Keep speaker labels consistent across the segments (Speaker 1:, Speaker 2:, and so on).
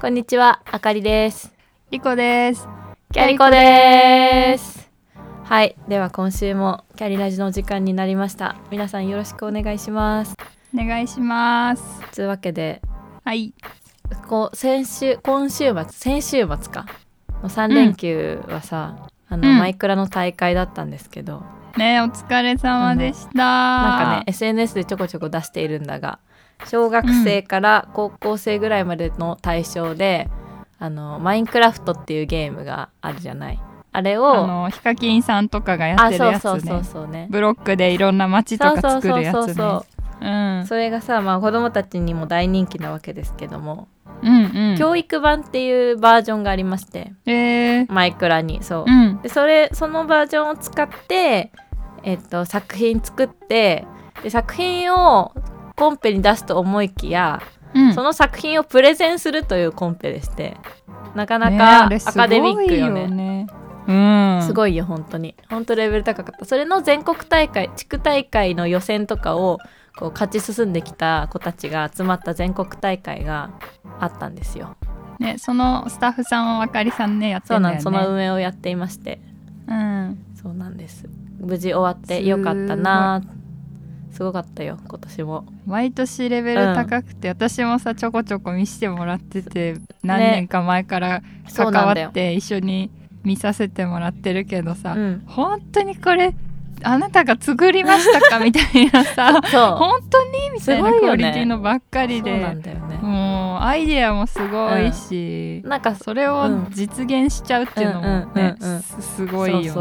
Speaker 1: こんにちは、あかりです。
Speaker 2: リコです。
Speaker 1: キャリコです。はい、では今週もキャリラジの時間になりました。皆さんよろしくお願いします。
Speaker 2: お願いします。
Speaker 1: というわけで、
Speaker 2: はい。
Speaker 1: こう先週今週末先週末かの3連休はさ、あの、
Speaker 2: うん
Speaker 1: マイクラの大会だったんですけど、
Speaker 2: ねお疲れ様でした。
Speaker 1: なんか
Speaker 2: な
Speaker 1: ね SNS でちょこちょこ出しているんだが小学生から高校生ぐらいまでの対象で、あのマインクラフトっていうゲームがあるじゃないあれ
Speaker 2: あ
Speaker 1: を
Speaker 2: の、ヒカキンさんとかがやっ
Speaker 1: あ
Speaker 2: てる
Speaker 1: そう
Speaker 2: やつ
Speaker 1: そうそ
Speaker 2: ね
Speaker 1: う。そうね
Speaker 2: ブロックでいろんな街と
Speaker 1: そう
Speaker 2: か
Speaker 1: そう
Speaker 2: 作
Speaker 1: そ
Speaker 2: る
Speaker 1: う
Speaker 2: や
Speaker 1: そう
Speaker 2: つね。
Speaker 1: そう
Speaker 2: うん。
Speaker 1: それがさ、まあ、子供たちにも大人気なわけですけども、
Speaker 2: うんうん。
Speaker 1: 教育版っていうバージョンがありまして
Speaker 2: えー。
Speaker 1: マイクラにそう、
Speaker 2: うん。
Speaker 1: でそれそのバージョンを使って、えっと、作品作ってで作品をコンペに出すと思いきや、
Speaker 2: うん。
Speaker 1: その作品をプレゼンするというコンペでしてなかな
Speaker 2: ね
Speaker 1: か
Speaker 2: あれ
Speaker 1: アカデミックよね。すごいよ
Speaker 2: すごいよねうん。
Speaker 1: 本当に本当レベル高かったそれの全国大会地区大会の予選とかをこう勝ち進んできた子たちが集まった全国大会があったんですよ
Speaker 2: ね、そのスタッフさんはあかりさんね、やって
Speaker 1: そう
Speaker 2: るん
Speaker 1: な
Speaker 2: だ
Speaker 1: ん、
Speaker 2: よね。
Speaker 1: その運営をやっていまして
Speaker 2: うん。
Speaker 1: そうなんです。無事終わってよかったな。すごかったよ、今年も。
Speaker 2: 毎年レベル高くて、私もさ、ちょこちょこ見せてもらってて、何年か前から
Speaker 1: そう
Speaker 2: 関
Speaker 1: なんだ
Speaker 2: わ
Speaker 1: よ
Speaker 2: っ。て一緒に見させてもらってるけどさ、
Speaker 1: うん。
Speaker 2: 本当にこれあなたが作りましたかみたいなさ
Speaker 1: そ
Speaker 2: 本当にみたいな
Speaker 1: すごい
Speaker 2: ク
Speaker 1: よ
Speaker 2: オ
Speaker 1: ね
Speaker 2: リティのばっか
Speaker 1: う。
Speaker 2: り
Speaker 1: そう
Speaker 2: で
Speaker 1: なんだよね。
Speaker 2: もうアイデアもすごいし、
Speaker 1: なんか、
Speaker 2: それを
Speaker 1: うん
Speaker 2: 実現しちゃうっていうのもね、
Speaker 1: うんうんうんうん
Speaker 2: すすごいよね。
Speaker 1: そ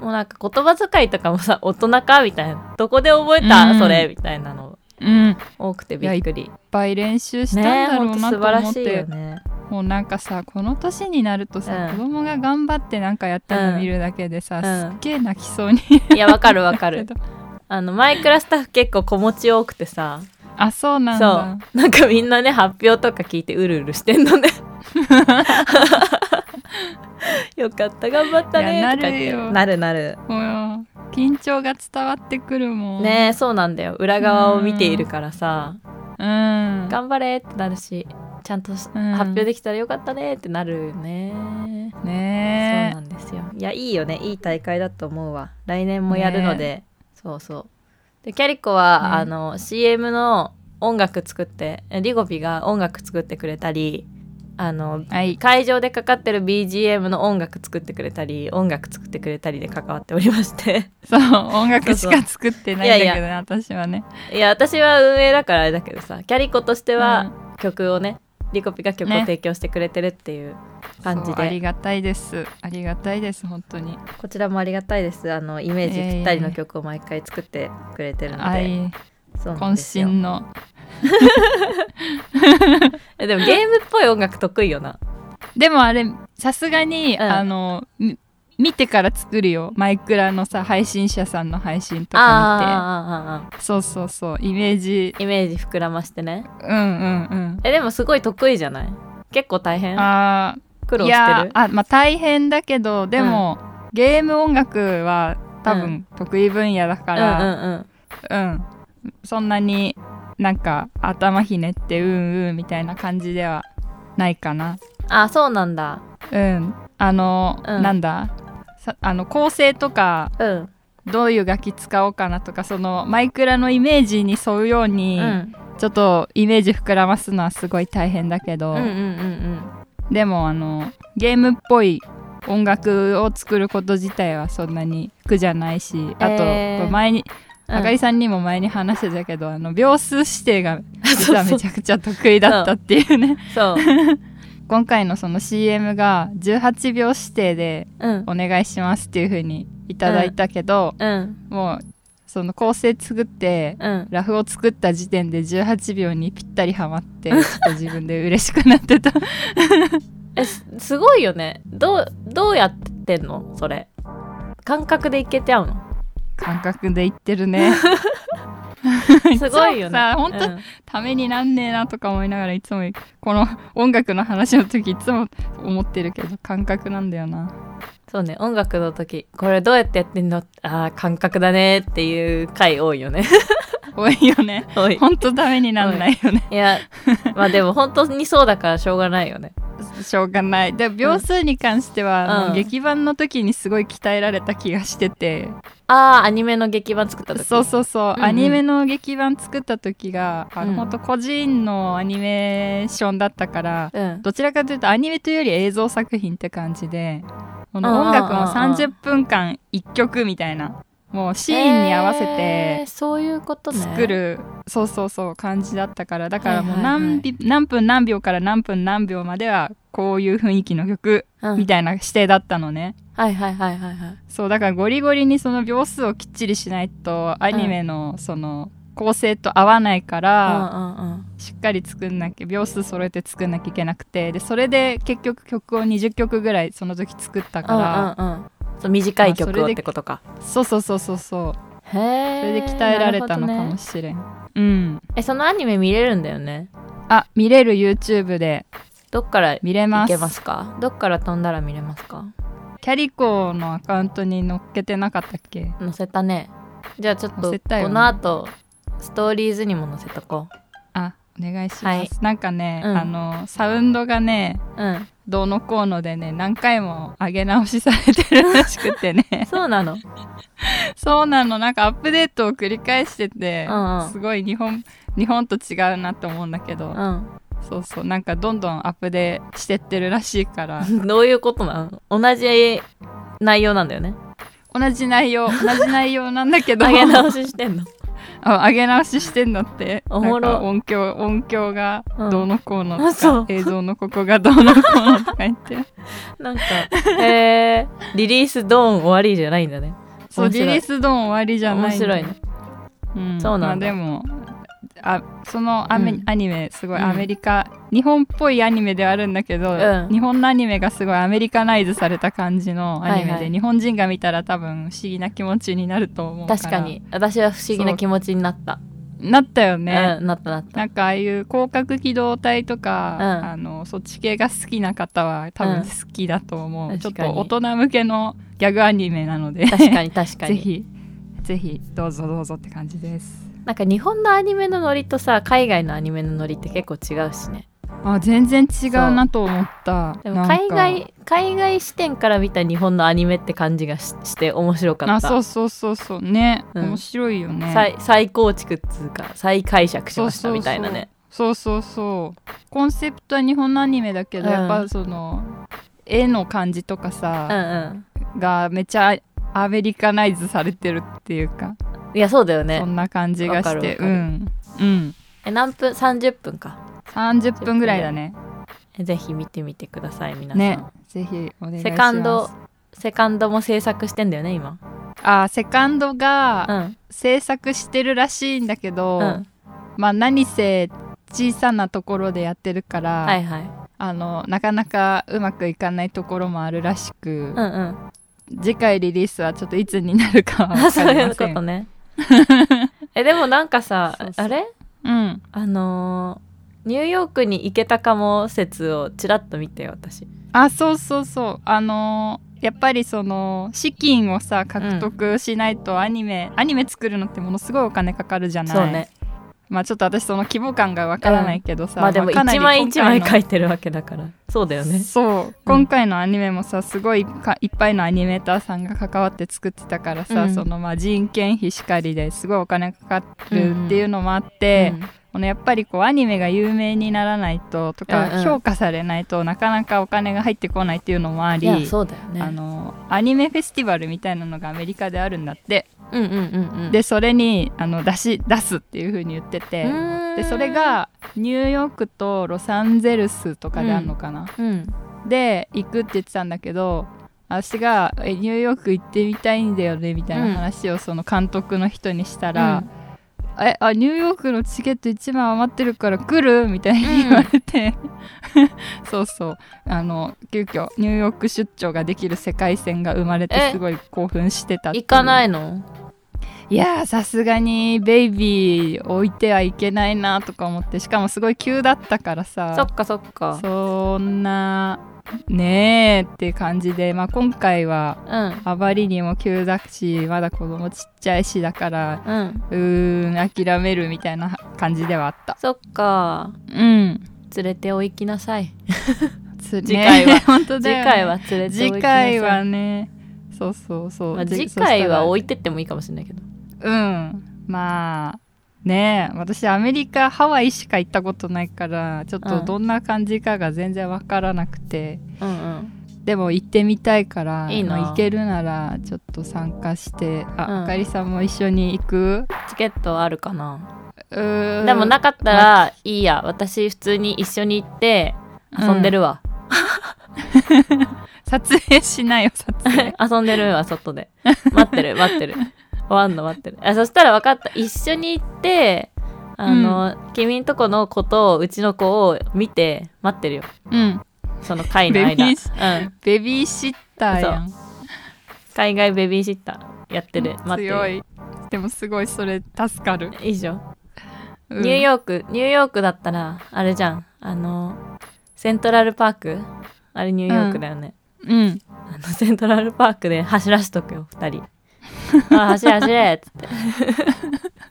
Speaker 1: うもうなんか言葉遣いとかもさ、大人かみたいな。どこで覚えた、
Speaker 2: うん
Speaker 1: それみたいなの
Speaker 2: うん、いっ
Speaker 1: 多くてびっくり。
Speaker 2: ぱい練習したん
Speaker 1: ね
Speaker 2: だろ
Speaker 1: ほん
Speaker 2: う
Speaker 1: と
Speaker 2: なと
Speaker 1: 素晴ら
Speaker 2: 思っ、
Speaker 1: していよね。
Speaker 2: もうなんかさこの年になるとさ、
Speaker 1: うん
Speaker 2: 子供が頑張ってなんかやったの見るだけでさ、
Speaker 1: うん
Speaker 2: すっげえ泣きそうに
Speaker 1: いや、わかるわか
Speaker 2: な
Speaker 1: る
Speaker 2: け。ど
Speaker 1: あの、マイクラスタッフ結構子持ち多くてさ、
Speaker 2: あそうなん
Speaker 1: そ
Speaker 2: だ
Speaker 1: う。なんかみんなね、発表とか聞いてうるうるしてんの ね。よかった、頑張った
Speaker 2: い
Speaker 1: ね。
Speaker 2: や
Speaker 1: とか言って
Speaker 2: なるよ
Speaker 1: なるなる。
Speaker 2: もう緊張が伝わってくるもん
Speaker 1: ねえそうなんだよ裏側を見ているからさ、
Speaker 2: うん
Speaker 1: 頑張れってなるしちゃんとし
Speaker 2: うん
Speaker 1: 発表できたらよかったねってなるよね、
Speaker 2: ね
Speaker 1: そうなんですよいやいいよねいい大会だと思うわ来年もやるので、そうそうでキャリコは、
Speaker 2: ね
Speaker 1: あの CM の音楽作ってえリゴビが音楽作ってくれたりあの
Speaker 2: はい
Speaker 1: 会場でかかってる BGM の音楽作ってくれたり音楽作ってくれたりで関わっておりまして
Speaker 2: そう音楽しか作ってないんだけどね
Speaker 1: そうそう
Speaker 2: 私はね
Speaker 1: いや私は運営だからあれだけどさキャリコとしては曲をね、リコピが曲を
Speaker 2: ね
Speaker 1: 提供してくれてるっていう感じ
Speaker 2: そうあ
Speaker 1: で、
Speaker 2: りがたいですありがたいです本当に
Speaker 1: こちらもありがたいですあのイメージぴったりの曲を毎回作ってくれてるので、
Speaker 2: 愛
Speaker 1: そうなんです
Speaker 2: 渾
Speaker 1: よ
Speaker 2: 身の
Speaker 1: えでもゲームっぽい音楽得意よな
Speaker 2: でもあれさすがに、
Speaker 1: うん
Speaker 2: あのみ見てから作るよマイクラのさ配信者さんの配信とか
Speaker 1: あーあーあーあ
Speaker 2: 見てそうそうそうイメージ
Speaker 1: ーイメージ膨らましてね
Speaker 2: うんうんうん
Speaker 1: えでもすごい得意じゃない結構大変
Speaker 2: あー
Speaker 1: 苦労
Speaker 2: い
Speaker 1: して
Speaker 2: や
Speaker 1: る
Speaker 2: あ、まあ、大変だけどでも、ゲーム音楽は多分得意分野だか
Speaker 1: うん
Speaker 2: ら、
Speaker 1: うんうん
Speaker 2: うんそんなになんか頭ひねってうんうんみたいな感じではないかな。
Speaker 1: あそうなんだ
Speaker 2: うん、あの、
Speaker 1: うん
Speaker 2: なんださあの構成とか
Speaker 1: うん、
Speaker 2: どういう楽器使おうかなとかそのマイクラのイメージに沿うように、
Speaker 1: うん、
Speaker 2: ちょっとイメージ膨らますのはすごい大変だけ
Speaker 1: う
Speaker 2: ど、
Speaker 1: んうんうん
Speaker 2: でもあのゲームっぽい音楽を作ること自体はそんなに苦じゃないしあと、
Speaker 1: えー
Speaker 2: こう前に
Speaker 1: うん
Speaker 2: あかりさんにも前に話してたけど、あの秒数指 定が実はめちゃくちゃ得意だったっていうね
Speaker 1: そう、
Speaker 2: 今回のその CM が18秒指定で
Speaker 1: うん
Speaker 2: お願いしますっていう風にいただいたけど、
Speaker 1: うん
Speaker 2: もうその構成作って
Speaker 1: うん
Speaker 2: ラフを作った時点で18秒にぴったりはまってちょっと自分で嬉しくなってた
Speaker 1: えすすごいよねどうどうやってんのそれ感覚でいけちゃう の
Speaker 2: 感覚で言ってるね。
Speaker 1: すごいよね
Speaker 2: いつもさ本当
Speaker 1: うん
Speaker 2: ためになんねえなとか思いながらいつもこの音楽の話の時いつも思ってるけど感覚なんだ よな
Speaker 1: そうね音楽の時これどうやってやってんのあー感覚だねっていう回多いよね
Speaker 2: 多いよね
Speaker 1: おい
Speaker 2: ほんとダメになんないよね
Speaker 1: いやまあでも本当にそうだからしょうがないよね
Speaker 2: しょうがないで秒数に関しては、
Speaker 1: うん
Speaker 2: もう劇版の時にすごい鍛えられた気がしてて
Speaker 1: ああアニメの劇版作った時
Speaker 2: そうそうそう、
Speaker 1: うんうん
Speaker 2: アニメの劇版作った時があの、
Speaker 1: うん
Speaker 2: ほんと個人のアニメーションだったから
Speaker 1: う、うん、
Speaker 2: どちらかというとアニメというより映像作品って感じでこの
Speaker 1: うんうんうん
Speaker 2: 音
Speaker 1: うん
Speaker 2: 楽も30分間1曲みたいなもうシーンに合わせ
Speaker 1: え
Speaker 2: て
Speaker 1: ーそういうことね
Speaker 2: 作る、そうそうそう感じだったからだからもう
Speaker 1: はいはいはい
Speaker 2: 何,、何分何秒から何分何秒まではこういう雰囲気の曲
Speaker 1: うん
Speaker 2: みたいな指定だったのね。
Speaker 1: はいはいはいはいはい
Speaker 2: そうだからゴリゴリにその秒数をきっちりしないとアニメのその構成と合わないから、
Speaker 1: うんうんうん
Speaker 2: しっかり作んなきゃ秒数揃えて作んなきゃいけなくてでそれで結局曲を20曲ぐらいその時作ったか
Speaker 1: う
Speaker 2: ら、
Speaker 1: んうんうんそう短い
Speaker 2: あそ
Speaker 1: 曲
Speaker 2: れ
Speaker 1: をっ
Speaker 2: で
Speaker 1: てことか
Speaker 2: そうそうそうそうそう
Speaker 1: へ
Speaker 2: そ
Speaker 1: え
Speaker 2: れで鍛えられたのかもしれん、うん
Speaker 1: えそのアニメ見れるんだよね
Speaker 2: あ見れる YouTube で
Speaker 1: どっから見
Speaker 2: 見れ
Speaker 1: い
Speaker 2: ます
Speaker 1: けますかどっから飛んだら見れますか
Speaker 2: キャリコのアカウントに載っけてなかったっけ
Speaker 1: 載せたねじゃあちょっと、
Speaker 2: 載せたよね
Speaker 1: この後ストーリーズにも載せとこ
Speaker 2: あお願いします、
Speaker 1: はい
Speaker 2: なんかね、
Speaker 1: うん
Speaker 2: あのサウンドがね
Speaker 1: ううん
Speaker 2: どうのこうのでね何回も上げ直しされてるらしくてね
Speaker 1: そう なの
Speaker 2: そうなのなんかアップデートを繰り返してて、
Speaker 1: うんうん
Speaker 2: すごい日本日本と違うなと思うんだけど、
Speaker 1: う
Speaker 2: そうそうなんかどんどんアップデートしてってるらしいから
Speaker 1: んどういうことなの同じ内容なんだよね
Speaker 2: 同じ内容同じ内容なんだけど
Speaker 1: 上げ直 ししてんの
Speaker 2: あ上げ直ししてんだって
Speaker 1: おもろ
Speaker 2: なんか音響音響が
Speaker 1: うん
Speaker 2: どうのこうの
Speaker 1: あ
Speaker 2: と
Speaker 1: そ
Speaker 2: か、
Speaker 1: う
Speaker 2: 映像のここがどうのこうのとか 言って
Speaker 1: なんかへえリリースドーン終わりじゃないんだね
Speaker 2: そう
Speaker 1: 面白
Speaker 2: リ
Speaker 1: い
Speaker 2: リースドーン終わりじゃない
Speaker 1: 面
Speaker 2: んだ
Speaker 1: 白いね
Speaker 2: うん、
Speaker 1: そうなんだ
Speaker 2: まあ、でもあそのアメ、
Speaker 1: うん
Speaker 2: アニメすごい
Speaker 1: うん
Speaker 2: アメリカ、日本っぽいアニメではあるんだけど、
Speaker 1: うん
Speaker 2: 日本のアニメがすごいアメリカナイズされた感じのアニメで、
Speaker 1: はいはい
Speaker 2: 日本人が見たら多分不思議な気持ちになると思うから
Speaker 1: 確かに私は不思議な気持ちになった、
Speaker 2: なったよね、
Speaker 1: うんなったな った
Speaker 2: なんかああいう広角機動隊とか、
Speaker 1: うん
Speaker 2: あのそっち系が好きな方は多
Speaker 1: うん
Speaker 2: 分好きだと思う、ちょっ
Speaker 1: 確かに
Speaker 2: と大人向けのギャグアニメなので
Speaker 1: 確かに確か
Speaker 2: ぜ
Speaker 1: に
Speaker 2: ひぜひどうぞどうぞって感じです
Speaker 1: なんか日本のアニメのノリとさ海外のアニメのノリって結構違うしね
Speaker 2: あ全然違うなと思った
Speaker 1: で
Speaker 2: な
Speaker 1: も
Speaker 2: んか
Speaker 1: 海外海外視点から見た日本のアニメって感じがしして面白かった
Speaker 2: あそうそうそうそうね、
Speaker 1: うん
Speaker 2: 面白いよね
Speaker 1: 再再構築っつうか再解釈しましたみたいなね
Speaker 2: そうそうそうコンセプトは日本のアニメだけど、
Speaker 1: うん
Speaker 2: やっぱその絵の感じとか
Speaker 1: う
Speaker 2: さ、
Speaker 1: ん
Speaker 2: がめちゃアメリカナイズされてるっていうか、
Speaker 1: うんいやそうだよね
Speaker 2: そんな感じが
Speaker 1: わ
Speaker 2: し
Speaker 1: かるわ
Speaker 2: て
Speaker 1: か
Speaker 2: う
Speaker 1: る
Speaker 2: んうん
Speaker 1: え何分30分か
Speaker 2: 30分ぐらいだね
Speaker 1: えぜひ見てみてください皆さん、
Speaker 2: ねぜひお願いし
Speaker 1: セ
Speaker 2: ます
Speaker 1: カンドセカンドも制作してんだよね今
Speaker 2: あセカンド
Speaker 1: う
Speaker 2: が
Speaker 1: ん
Speaker 2: 制作してるらしいんだけど、
Speaker 1: うん
Speaker 2: まあ何せ小さなところでやってるから、
Speaker 1: はいはい
Speaker 2: あのなかなかうまくいかないところもあるらしく
Speaker 1: う、んうん
Speaker 2: 次回リリースはちょっといつになるかは
Speaker 1: あ
Speaker 2: 分
Speaker 1: そう
Speaker 2: か
Speaker 1: い
Speaker 2: りま
Speaker 1: うこ
Speaker 2: せん
Speaker 1: とねえでもなんかさ
Speaker 2: そうそう
Speaker 1: あれ
Speaker 2: うん、
Speaker 1: あのーニューヨークに行けたかも説をちらっと見てよ私
Speaker 2: あそうそうそうあのーやっぱりその資金をさ獲得しないとアニメ、アニメ作るのってものすごいお金かかるじゃない
Speaker 1: そうね
Speaker 2: まあちょっと私その規模感がわからないけどさ、
Speaker 1: まあでも
Speaker 2: かなり
Speaker 1: 一枚一枚
Speaker 2: 今
Speaker 1: 書
Speaker 2: 回の
Speaker 1: いてるわけだからそうだよね
Speaker 2: そう今回のアニメもさすごいかいっぱいのアニメーターさんが関わって作ってたからさ、
Speaker 1: うん
Speaker 2: そのまあ人件費しかりですごいお金かかるっていうのもあって、
Speaker 1: うん
Speaker 2: このやっぱりこうアニメが有名にならないとと
Speaker 1: うんうん
Speaker 2: か評価されないとなかなかお金が入ってこないっていうのもあ
Speaker 1: い
Speaker 2: り、
Speaker 1: やそうだよね
Speaker 2: あのアニメフェスティバルみたいなのがアメリカであるんだって、
Speaker 1: うんうんうんうん
Speaker 2: でそれにあの出し出すっていうふうに言ってて、
Speaker 1: うーん
Speaker 2: でそれがニューヨークとロサンゼルスとかであるのかな、
Speaker 1: うん
Speaker 2: で行くって言ってたんだけど私がえニューヨーク行ってみたいんだよねみたいな話をその監督の人にしたら、えあニューヨークのチケット1枚余ってるから来るみたいに言われて、 そうそうあの急遽ニューヨーク出張ができる世界線が生まれ
Speaker 1: え
Speaker 2: てすごい興奮してたっていう
Speaker 1: 行かないの
Speaker 2: いやーさすがにベイビー置いてはいけないなとか思ってしかもすごい急だったから
Speaker 1: そ
Speaker 2: さ
Speaker 1: っかそっか
Speaker 2: そんなねえって感じで、まあ、今回は
Speaker 1: うん
Speaker 2: あまりにも急だしまだ子供ちっちゃいしだから
Speaker 1: うん
Speaker 2: うーん諦めるみたいな感じではあった
Speaker 1: そっか
Speaker 2: うん
Speaker 1: 連れてお行きなさい
Speaker 2: 次
Speaker 1: 次回 は
Speaker 2: 本当
Speaker 1: 次
Speaker 2: だよね
Speaker 1: 回は連れてお行きなさい
Speaker 2: 次回はねそうそうそう、
Speaker 1: まあ、
Speaker 2: で
Speaker 1: 次回は
Speaker 2: そ
Speaker 1: 置
Speaker 2: し
Speaker 1: いてってもいいかもしれないけど
Speaker 2: たらうんまあねえ私アメリカハワイしか行ったことないからちょっ
Speaker 1: う
Speaker 2: と
Speaker 1: ん
Speaker 2: どんな感じかが全然わからなくて、
Speaker 1: うんうん
Speaker 2: でも行ってみたいから
Speaker 1: いいな
Speaker 2: まあ行けるならちょっと参加してあ、
Speaker 1: うん
Speaker 2: あかりさんも一緒に行く
Speaker 1: チケットあるかな
Speaker 2: うーん
Speaker 1: でもなかったらいいや私普通に一緒に行って遊んでるわ、
Speaker 2: 撮影しないよ撮 影
Speaker 1: 遊んでるわ外で待ってる 待ってる終わんの待ってるあそしたら分かった一緒に行ってあの、君んとこの子とうちの子を見て待ってるよ
Speaker 2: うん
Speaker 1: その会の
Speaker 2: ベビ
Speaker 1: 間、う
Speaker 2: ーシ
Speaker 1: ん、
Speaker 2: ベビーシッターやん
Speaker 1: 海外ベビーシッターやってる待って
Speaker 2: 強
Speaker 1: る
Speaker 2: いでもすごいそれ助かる、
Speaker 1: いいじゃん
Speaker 2: うん
Speaker 1: ニューヨーク、ニューヨークだったら、あれじゃん。あの、セントラルパークあれニューヨークだよね。
Speaker 2: うん
Speaker 1: あの、セントラルパークで走らしとくよ、二人。あ、走れ走れっつって。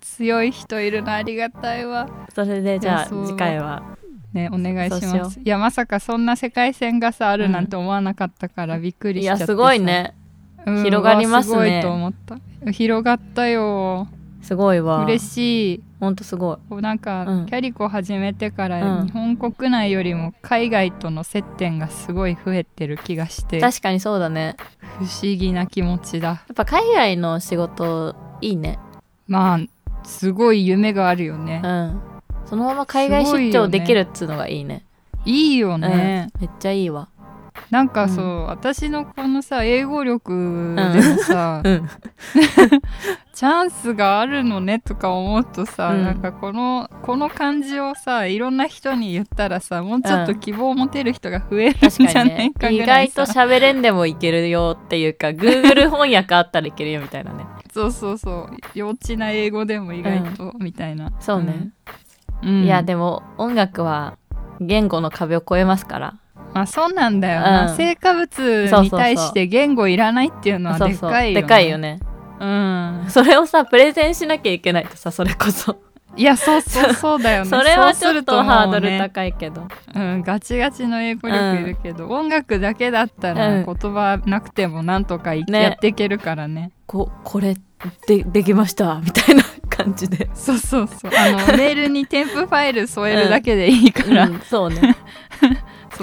Speaker 2: 強い人いるのありがたいわ
Speaker 1: それで、じゃあ、
Speaker 2: いやそう
Speaker 1: 次回は。
Speaker 2: ねお願いし
Speaker 1: そうしよ
Speaker 2: ますいやまさかそんな世界線がさあるなんて思わなかったからびっくり
Speaker 1: い
Speaker 2: しちゃっ
Speaker 1: や、
Speaker 2: てさ
Speaker 1: すごい、ね。
Speaker 2: うん
Speaker 1: 広がりますね
Speaker 2: うわすごいと思った広がったよ
Speaker 1: すごいわ。
Speaker 2: 嬉しい
Speaker 1: ほんとすごい。
Speaker 2: こうなんか、
Speaker 1: うん
Speaker 2: キャリコ始めてから、
Speaker 1: うん
Speaker 2: 日本国内よりも海外との接点がすごい増えてる気がして
Speaker 1: 確かにそうだね。
Speaker 2: 不思議な気持ちだ
Speaker 1: やっぱ海外の仕事、いいね。
Speaker 2: まあすごい夢があるよね
Speaker 1: うん。そのまま海外出張できるっつうのがいいね。
Speaker 2: いいよね、
Speaker 1: めっちゃいいわ。
Speaker 2: なんかそう、
Speaker 1: う
Speaker 2: 私のこのさ英語力でもさ、
Speaker 1: うん。
Speaker 2: チャンスがあるのねとか思うとさ、
Speaker 1: うん
Speaker 2: なんかこのこの感じをさいろんな人に言ったらさもうちょっと希望を持てる人が増えるん
Speaker 1: 確
Speaker 2: じ
Speaker 1: か
Speaker 2: ゃ
Speaker 1: に
Speaker 2: ない
Speaker 1: ね
Speaker 2: か
Speaker 1: 意
Speaker 2: ぐらい
Speaker 1: 外
Speaker 2: さ、
Speaker 1: と喋れんでもいけるよっていうか Google 翻訳あったらいけるよみたいなね
Speaker 2: そうそうそう幼稚な英語でも意外と、みたいな
Speaker 1: そうね、
Speaker 2: うんうん
Speaker 1: いやでも音楽は言語の壁を越えますから
Speaker 2: まあそうなんだよな、
Speaker 1: うん
Speaker 2: 成果物に対して言語いらないっていうのは
Speaker 1: そう
Speaker 2: で
Speaker 1: そう
Speaker 2: かいよ
Speaker 1: で
Speaker 2: ね
Speaker 1: かいよね
Speaker 2: うん
Speaker 1: それをさプレゼンしなきゃいけないとさそれこそ
Speaker 2: いやそう そうそうだよね
Speaker 1: それはち
Speaker 2: そうす
Speaker 1: ょっ
Speaker 2: る
Speaker 1: とハード
Speaker 2: もう
Speaker 1: ル
Speaker 2: ね
Speaker 1: 高いけど、
Speaker 2: うん、ガチガチの英語力いるけど、音楽だけだったら
Speaker 1: うん
Speaker 2: 言葉なくてもなんとかい、
Speaker 1: ね
Speaker 2: やっていけるからね
Speaker 1: ここれでできましたみたいな感じで、
Speaker 2: そうそ うそうあのメールに添付ファイル添えるだけでいいから、
Speaker 1: うんそうね
Speaker 2: そ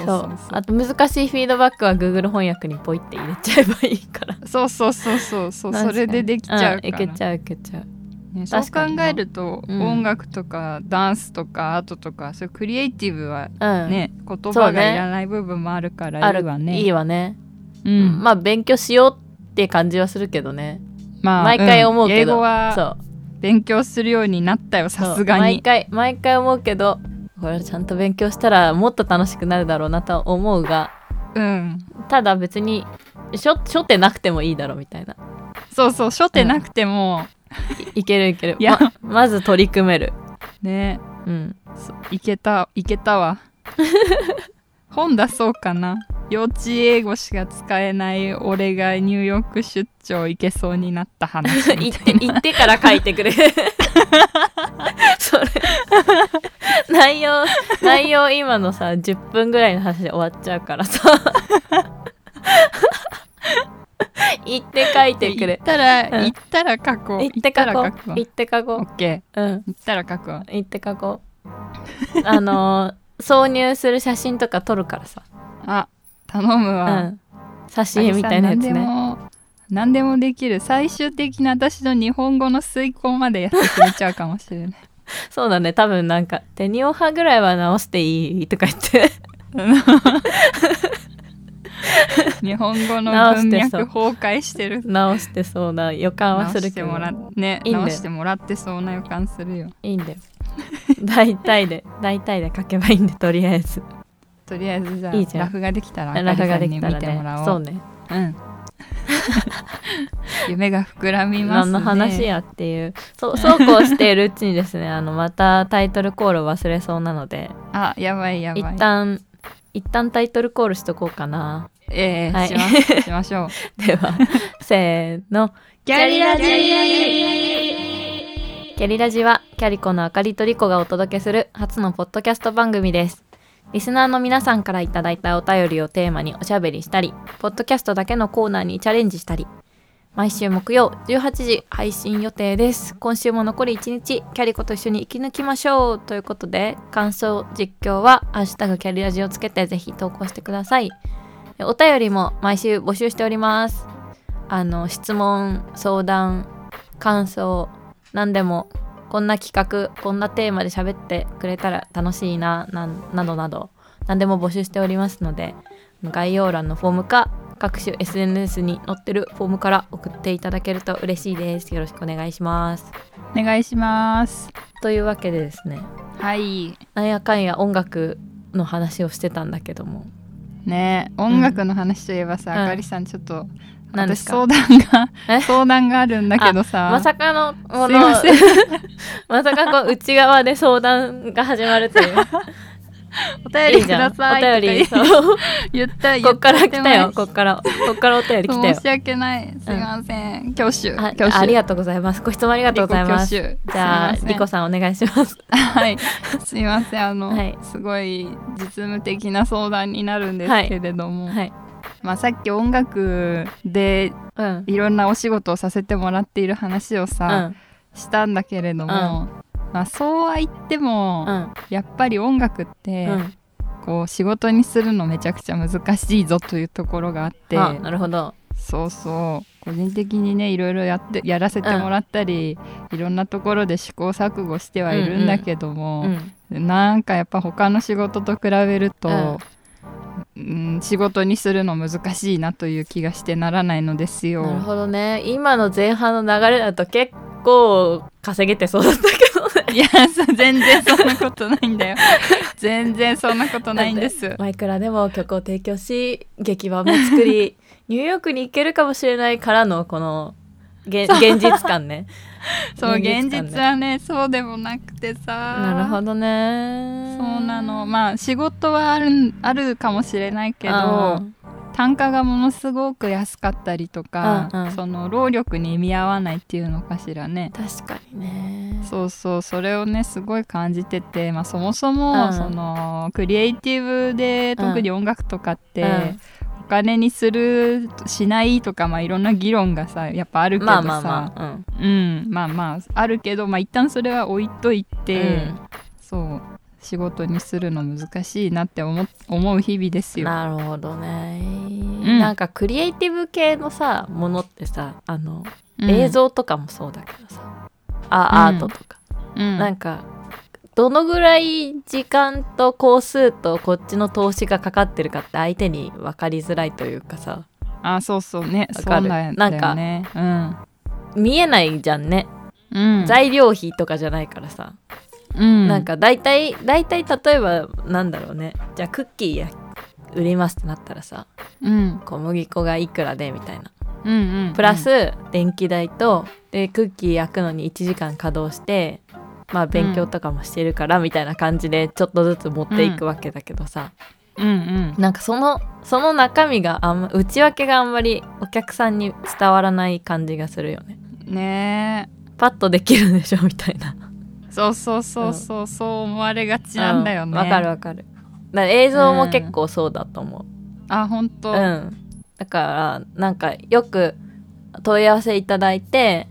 Speaker 1: そうう
Speaker 2: そうそう
Speaker 1: あと難しいフィードバックは Google 翻訳にポイって入れちゃえばいいから
Speaker 2: そうそうそうそうそう
Speaker 1: 確
Speaker 2: そ
Speaker 1: かに
Speaker 2: れでできちゃうから、
Speaker 1: んいけちゃういけちゃう
Speaker 2: ねそう
Speaker 1: 確かに
Speaker 2: 考
Speaker 1: な
Speaker 2: えると、
Speaker 1: うん
Speaker 2: 音楽とかダンスとかアートとかそういうクリエイティブは
Speaker 1: うん
Speaker 2: ね、言
Speaker 1: そ
Speaker 2: 葉
Speaker 1: うね
Speaker 2: がいらない部分もあるから
Speaker 1: あ
Speaker 2: い
Speaker 1: る
Speaker 2: いわね
Speaker 1: いいわね、
Speaker 2: うん
Speaker 1: まあ勉強しようって感じはするけどね
Speaker 2: まあ
Speaker 1: 毎回思うけ
Speaker 2: ん
Speaker 1: ど、
Speaker 2: 英語は
Speaker 1: そう
Speaker 2: 勉強するようになったよ
Speaker 1: そう
Speaker 2: さすが
Speaker 1: 毎
Speaker 2: に
Speaker 1: 回毎回思うけどこれちゃんと勉強したらもっと楽しくなるだろうなとは思うが
Speaker 2: うん
Speaker 1: ただ別にしょ初手なくてもいいだろうみたいな
Speaker 2: そうそう初手なくても、
Speaker 1: いいけるいける
Speaker 2: いや
Speaker 1: ままず取り組める
Speaker 2: ね
Speaker 1: うん
Speaker 2: そいけたいけ たわ本出そうかな幼稚英語しか使えない俺がニューヨーク出張行けそうになった話
Speaker 1: 行って行ってから書いてくれ それ内容内容今のさ10分ぐらいの話で終わっちゃうからさ 行って書いてく
Speaker 2: 行っ
Speaker 1: れ
Speaker 2: たら
Speaker 1: うん
Speaker 2: 行ったら書こう
Speaker 1: 行って書こう
Speaker 2: 行ったら
Speaker 1: 行
Speaker 2: 書
Speaker 1: って書
Speaker 2: こうオ
Speaker 1: こ
Speaker 2: ッケ
Speaker 1: ううん
Speaker 2: ー行ったら書くわ
Speaker 1: 行って書こうあの挿入する写真とか撮るからさ
Speaker 2: あ頼む
Speaker 1: う
Speaker 2: わ、
Speaker 1: ん写真みたいなやつ
Speaker 2: あれさ
Speaker 1: ね
Speaker 2: 何でも何でもできる最終的な私の日本語の遂行までやってくれちゃうかもしれ ない
Speaker 1: そうだね多分なんか「手にオハぐらいは直していい?」とか言 って
Speaker 2: 日本語の
Speaker 1: 直
Speaker 2: 文
Speaker 1: してそう
Speaker 2: 脈崩壊してる
Speaker 1: 直してそうな予感は
Speaker 2: 直
Speaker 1: する
Speaker 2: し
Speaker 1: け
Speaker 2: て
Speaker 1: ど
Speaker 2: もらね
Speaker 1: いいんだよ
Speaker 2: 直してもらってそうな予感するよ
Speaker 1: いいんだよ大体で大体で書けばいいんでとりあえず
Speaker 2: とりあえずじゃあ
Speaker 1: いいじゃん
Speaker 2: ラフができたら
Speaker 1: ラフがで
Speaker 2: あかり
Speaker 1: き
Speaker 2: さ
Speaker 1: たら
Speaker 2: んに見てもら
Speaker 1: ね
Speaker 2: おう
Speaker 1: そうね
Speaker 2: うん夢が膨らみます
Speaker 1: 何
Speaker 2: ね
Speaker 1: の話やっていうそう そうこうしているうちにですねあのまたタイトルコールを忘れそうなので
Speaker 2: あやばいやばい
Speaker 1: 一旦一旦タイトルコールしとこうかな
Speaker 2: ええ
Speaker 1: はい
Speaker 2: しますしま しょう
Speaker 1: で はせーのキャリラジキャリラジはキャリコのあかりとりこがお届けする初のポッドキャスト番組ですリスナーの皆さんからいただいたお便りをテーマにおしゃべりしたりポッドキャストだけのコーナーにチャレンジしたり毎週木曜18時配信予定です今週も残り1日キャリコと一緒に生き抜きましょうということで感想実況は「ハッシュタグキャリラジ」をつけてぜひ投稿してくださいお便りも毎週募集しております。あの質問、相談、感想、何でもこんな企画、こんなテーマで喋ってくれたら楽しいななんなどなど何でも募集しておりますので概要欄のフォームか各種 SNS に載ってるフォームから送っていただけると嬉しいです。よろしくお願いします。
Speaker 2: お願いします
Speaker 1: というわけでですね、
Speaker 2: はい
Speaker 1: なんやかんや音楽の話をしてたんだけども、
Speaker 2: ね音楽の話といえばさ、
Speaker 1: うん
Speaker 2: あかりさんちょっと
Speaker 1: 何で
Speaker 2: 私
Speaker 1: すか
Speaker 2: 相談が
Speaker 1: え
Speaker 2: 相談があるんだけどさ
Speaker 1: まさかのもの
Speaker 2: すいません
Speaker 1: まさかこう内側で相談が始まるという
Speaker 2: お便りください
Speaker 1: お便り
Speaker 2: とか
Speaker 1: そう
Speaker 2: 言った言った
Speaker 1: こっから来たよ
Speaker 2: 手
Speaker 1: こっからこっからお便り来た
Speaker 2: 前
Speaker 1: よ
Speaker 2: 申し訳ないすいません、教習
Speaker 1: あ
Speaker 2: 教習
Speaker 1: ありがとうございますご質問ありがとうございます
Speaker 2: リコ挙手
Speaker 1: じゃあ
Speaker 2: すいません
Speaker 1: リコさんお願いします
Speaker 2: はい、すいませんあの、
Speaker 1: はい
Speaker 2: すごい実務的な相談になるんですけれども、
Speaker 1: はい
Speaker 2: まあ、さっき音楽で
Speaker 1: うん
Speaker 2: いろんなお仕事をさせてもらっている話を
Speaker 1: う
Speaker 2: さ、
Speaker 1: ん
Speaker 2: したんだけれども、まあ、そうは言っても、
Speaker 1: うん
Speaker 2: やっぱり音楽って、
Speaker 1: うん
Speaker 2: こう仕事にするのめちゃくちゃ難しいぞというところがあって
Speaker 1: あなるほど
Speaker 2: そうそう個人的にねいろいろやってやらせてもらったり、いろんなところで試行錯誤してはいるんだけども。
Speaker 1: うん
Speaker 2: なんかやっぱ他の仕事と比べると、うん、仕事にするの難しいなという気がしてならないのですよ。
Speaker 1: なるほどね今の前半の流れだと結構稼げてそうだったけどね
Speaker 2: いやそう全然そんなことないんだよ 全然そんなことないんです
Speaker 1: マイクラでも曲を提供し劇場も作 りニューヨークに行けるかもしれないからのこのげ現実感ね
Speaker 2: そう現
Speaker 1: 感ね
Speaker 2: 実はねそうでもなくてさ
Speaker 1: なるほどね
Speaker 2: そうなのまあ仕事はあるあるかもしれないけど単価がものすごく安かったりとか、
Speaker 1: うんうん
Speaker 2: その労力に見合わないっていうのかしらね
Speaker 1: 確かにね
Speaker 2: そうそうそれをねすごい感じてて、まあ、そもそうも
Speaker 1: ん
Speaker 2: そのクリエイティブで特に音楽とかって、
Speaker 1: うん
Speaker 2: お金にするしないとか、まあ、いろんな議論がさやっぱあるけど
Speaker 1: まあ
Speaker 2: さ、
Speaker 1: まあまあうん
Speaker 2: うんまあまああるけど、まあ、一旦それは置いといて、そう仕事にするの難しいなって思思う日々です
Speaker 1: うん
Speaker 2: よ。
Speaker 1: なるほどね、
Speaker 2: ん
Speaker 1: なんかクリエイティブ系のさものってさあの、
Speaker 2: うん
Speaker 1: 映、像とかもそうだけどさあア
Speaker 2: うん
Speaker 1: ートとか、
Speaker 2: うん、
Speaker 1: なんかどのぐらい時間と工数とこっちの投資がかかってるかって相手に分かりづらいというかさ
Speaker 2: あそうそうね
Speaker 1: わ
Speaker 2: そう
Speaker 1: か
Speaker 2: な
Speaker 1: る
Speaker 2: んだよ
Speaker 1: なんか
Speaker 2: ね。
Speaker 1: 見えないじゃんね、
Speaker 2: うん、うん
Speaker 1: 材料費とかじゃないからさ、
Speaker 2: うん、
Speaker 1: なんか大体大体例えばなんだろうねじゃあクッキーや売りますってなったらさ
Speaker 2: うん、
Speaker 1: 小麦粉がいくらでみたいな
Speaker 2: うんうんうん、
Speaker 1: プラス電気代とでクッキー焼くのに1時間稼働してまあ勉強とかもしてるからみたいな感じでちょっとずつ持っていくわけだけどさ、
Speaker 2: うんうん、
Speaker 1: なんかそのその中身があんま内訳があんまりお客さんに伝わらない感じがするよね
Speaker 2: ね
Speaker 1: パッとできるでしょみたいな
Speaker 2: えそうそうそうそう、そう思われがちなんだよね
Speaker 1: うわかるわかるだから映像も結構そうだと思
Speaker 2: あ本
Speaker 1: う
Speaker 2: 当、
Speaker 1: うん、だからなんかよく問い合わせいただいて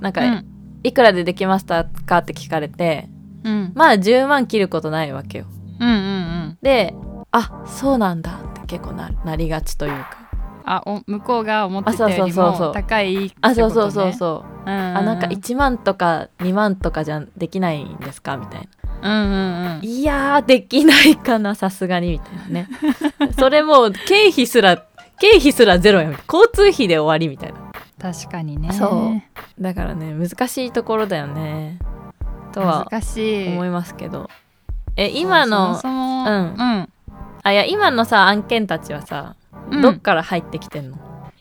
Speaker 1: なん
Speaker 2: う
Speaker 1: か
Speaker 2: ん
Speaker 1: いくらでできましたかって聞かれて
Speaker 2: うん
Speaker 1: まあ10万切ることないわけよ
Speaker 2: うんうんうん
Speaker 1: であそうなんだって結構ななりがちというか
Speaker 2: あお向こうが思ってたより
Speaker 1: あそうそうそうそう
Speaker 2: も高いってこと、ね、
Speaker 1: あそうそうそうそう
Speaker 2: うんうんうん
Speaker 1: あなんか1万とか2万とかじゃできないんですかみたいな
Speaker 2: うんうんうん
Speaker 1: いやーできないかなさすがにみたいな ねそれもう経費すら経費すらゼロやん交通費で終わりみたいな
Speaker 2: 確かにね
Speaker 1: そうだからね難しいところだよねとは
Speaker 2: 難しい
Speaker 1: 思いますけどえ今の
Speaker 2: そうそもそも
Speaker 1: うんあいや今のさ案件たちはさ
Speaker 2: うん
Speaker 1: どっから入ってきてんの、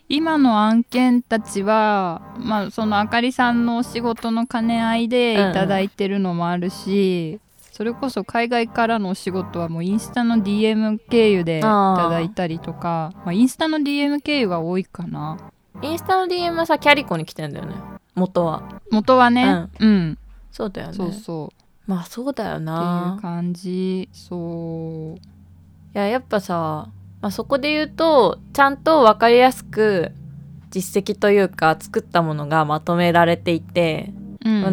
Speaker 2: 今の案件たちは、まあ、そのあかりさんのお仕事の兼ね合いでいただいてるのもあるし、それこそ海外からのお仕事はもうインスタの DM 経由でいただいたりとかまあ、インスタの DM 経由が多いかな
Speaker 1: インスタの DM はさキャリコに来てんだよね元は
Speaker 2: 元はねうん、
Speaker 1: そうだよね
Speaker 2: そうそうっ
Speaker 1: まあそうだよ
Speaker 2: てい
Speaker 1: な
Speaker 2: う感じそう
Speaker 1: いややっぱさ、まあ、そこで言うとちゃんと分かりやすく実績というか作ったものがまとめられていて、
Speaker 2: うん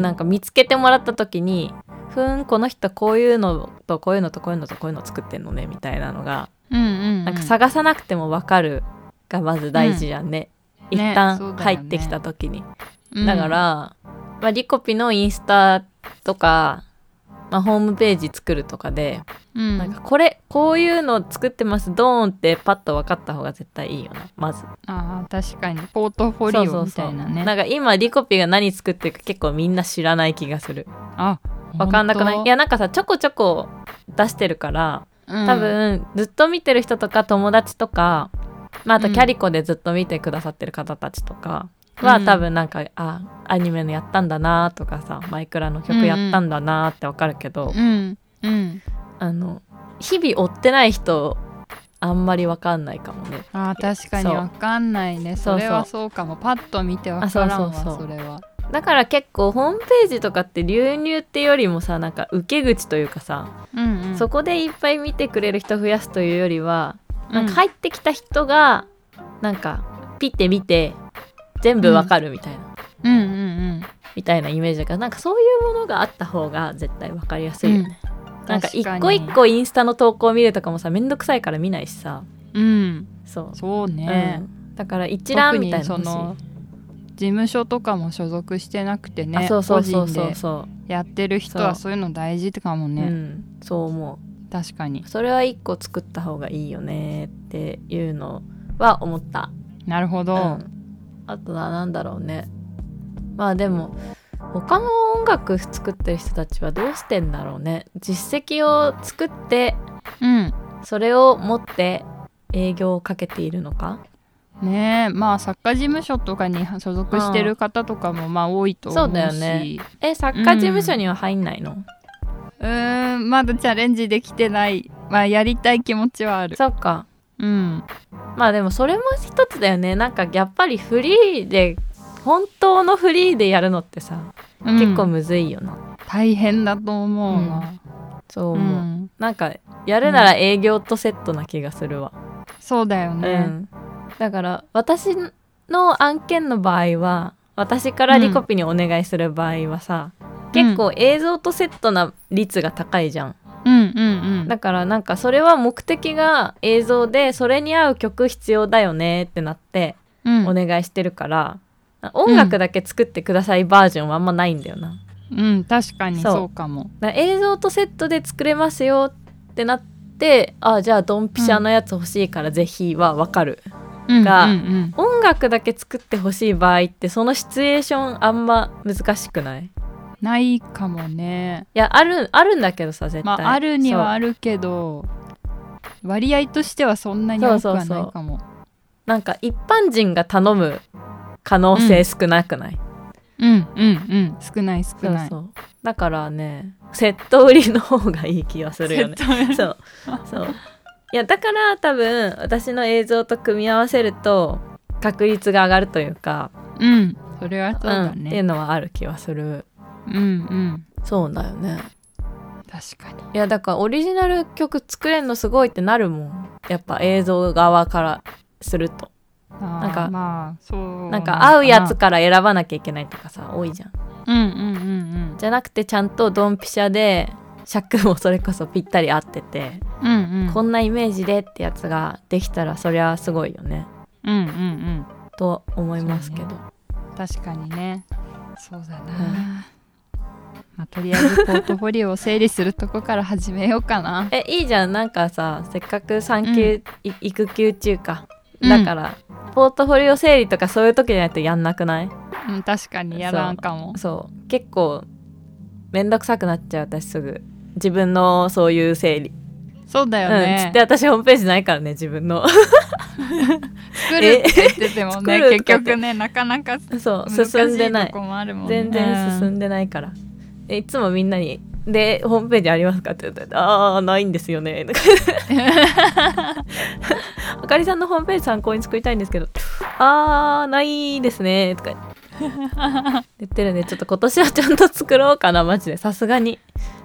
Speaker 1: なんか見つけてもらった時に「ふーんこの人こういうのとこういうのとこういうのとこういうの作ってんのね」みたいなのが、
Speaker 2: うんうんうん、
Speaker 1: なんか探さなくても分かるがまず大事じゃんね、
Speaker 2: うん
Speaker 1: 一
Speaker 2: ねそ
Speaker 1: 旦
Speaker 2: うだよね
Speaker 1: 入ってきた時に。
Speaker 2: うん
Speaker 1: だから、まあ、リコピのインスタとか、まあ、ホームページ作るとかで、
Speaker 2: うん
Speaker 1: なんかこれこういうの作ってますドーンってパッと分かった方が絶対いいよなまず
Speaker 2: あー確かにポートフォリオみたいなね
Speaker 1: なんか今リコピが何作ってるか結構みんな知らない気がする
Speaker 2: あ
Speaker 1: 分かんなくない
Speaker 2: 本
Speaker 1: いやなんかさちょこちょこ出してるから
Speaker 2: 当うん
Speaker 1: 多分ずっと見てる人とか友達とか、まあ、あと
Speaker 2: うん
Speaker 1: キャリコでずっと見てくださってる方たちとかは、
Speaker 2: うん
Speaker 1: 多分なんかあアニメのやったんだなとかさマイクラの曲やったんだなってわかるけど、
Speaker 2: うんうん
Speaker 1: あの日々追ってない人あんまりわかんないかもね
Speaker 2: あー確かに
Speaker 1: そう
Speaker 2: わかんないね
Speaker 1: そうそ
Speaker 2: そうれはそうかもパッと見てわからんわ
Speaker 1: あそうそうそう
Speaker 2: それは
Speaker 1: だから結構ホームページとかって流入ってよりもさなんか受け口というかさ、
Speaker 2: うんうん
Speaker 1: そこでいっぱい見てくれる人増やすというよりはなんか
Speaker 2: い
Speaker 1: 入ってきた人がなんかピッて見て全部わかるみたいな、
Speaker 2: うんうんうん
Speaker 1: みたいなイメージだからなんかそういうものがあった方が絶対わかりやすいよね、なんか一
Speaker 2: 確
Speaker 1: 個
Speaker 2: に
Speaker 1: 一個インスタの投稿見るとかもさめんどくさいから見ないしさ
Speaker 2: うん
Speaker 1: そう
Speaker 2: そう
Speaker 1: う
Speaker 2: ね、
Speaker 1: ん、だから一覧
Speaker 2: 特
Speaker 1: みたい
Speaker 2: に
Speaker 1: なの
Speaker 2: そ
Speaker 1: 欲しい
Speaker 2: の事務所とかも所属してなくてね
Speaker 1: あそうそうそう
Speaker 2: 個
Speaker 1: そ
Speaker 2: 人
Speaker 1: う
Speaker 2: で
Speaker 1: そ
Speaker 2: やってる人はそういうの大事かも
Speaker 1: う、う
Speaker 2: ね、
Speaker 1: ん、そう思う
Speaker 2: 確かに
Speaker 1: それは一個作った方がいいよねっていうのは思った。
Speaker 2: なるほ
Speaker 1: う
Speaker 2: ど、
Speaker 1: ん、あとは何だろうね。まあでも他の音楽作ってる人たちはどうしてんだろうね。実績を作って
Speaker 2: うん
Speaker 1: それを持って営業をかけているのか
Speaker 2: ねえまあ作家事務所とかに所属してる方とかもまあ多いと思う
Speaker 1: そ
Speaker 2: し
Speaker 1: うだよねえ作家事務所には入んないの、
Speaker 2: うーんまだチャレンジできてないまあやりたい気持ちはある
Speaker 1: そっか
Speaker 2: うん
Speaker 1: まあでもそれも一つだよねなんかやっぱりフリーで本当のフリーでやるのってさ、
Speaker 2: うん
Speaker 1: 結構むずいよな
Speaker 2: 大変だと思うわ、
Speaker 1: そう
Speaker 2: う
Speaker 1: 思う、
Speaker 2: ん
Speaker 1: なんかやるなら営業とセットな気がするわ、
Speaker 2: そうだよ
Speaker 1: うん
Speaker 2: ね、
Speaker 1: だから私の案件の場合は私からリコピにお願いする場合はさ、結構映像とセットな率が高いじゃん、
Speaker 2: うん、うんうん
Speaker 1: だからなんかそれは目的が映像でそれに合う曲必要だよねってなって
Speaker 2: うん
Speaker 1: お願いしてるから、音楽だけ作ってくださいバージョンはあんまないんだよな
Speaker 2: うん確かに
Speaker 1: そう
Speaker 2: そうかも
Speaker 1: だから映像とセットで作れますよってなってあじゃあドンピシャのやつ欲しいからぜひはわかる、が
Speaker 2: うんうん
Speaker 1: 音楽だけ作ってほしい場合ってそのシチュエーションあんま難しくないい
Speaker 2: うんないかもね
Speaker 1: やあるあるんだけどさ絶対、
Speaker 2: まああるにはあるけど割合としてはそんなに多くはないかも
Speaker 1: そうなんか一般人が頼む可能性少なくない、
Speaker 2: うんうんうん少ない少
Speaker 1: そう
Speaker 2: ない
Speaker 1: そうだからねセット売りの方がいい気がするよね
Speaker 2: 絶 対
Speaker 1: そうそういやだから多分私の映像と組み合わせると確率が上がるというか
Speaker 2: うんそれはそうだ
Speaker 1: んっていう
Speaker 2: ね
Speaker 1: のはある気はする
Speaker 2: うんうん
Speaker 1: そうだよね
Speaker 2: 確かに
Speaker 1: いやだからオリジナル曲作れんのすごいってなるもんやっぱ映像側からすると
Speaker 2: なん
Speaker 1: か
Speaker 2: まあそう
Speaker 1: なんか合うやつか
Speaker 2: か
Speaker 1: ら選ばなきゃいけないとかさ多いじゃん
Speaker 2: なうんうんうん
Speaker 1: じゃなくてちゃんとドンピシャで尺もそれこそぴったり合ってて、
Speaker 2: うんうんうん
Speaker 1: こんなイメージでってやつができたらそりゃすごいよね
Speaker 2: うんうんうん
Speaker 1: と思いますけど、
Speaker 2: 確かにねそうだなまあとりあえずポートフォリオを整理するとこから始めようかな
Speaker 1: えいいじゃんなんかさせっかく産休、い育休中か
Speaker 2: うん
Speaker 1: だから、ポートフォリオ整理とかそういう時じゃないとやんなくない
Speaker 2: うん確かにやらんかも
Speaker 1: そう結構めんどくさくなっちゃう私すぐ自分のそういう整理
Speaker 2: そうだよ
Speaker 1: うん、つ
Speaker 2: ね
Speaker 1: って、私ホームページないからね自分 の
Speaker 2: 作るって言っててもね
Speaker 1: え 作る
Speaker 2: 結
Speaker 1: とかって
Speaker 2: 局ねなかなか
Speaker 1: そう
Speaker 2: 難し
Speaker 1: 進んで
Speaker 2: い
Speaker 1: な
Speaker 2: と
Speaker 1: い
Speaker 2: こもあるもんね
Speaker 1: 全然進んでないから、えいつもみんなに「でホームページありますか?」って言ったら「ああーないんですよね」 とかあかりさんのホームページ参考に作りたいんですけど「ああないですね」とか 言ってるんでちょっと今年はちゃんと作ろうかなマジでさすがに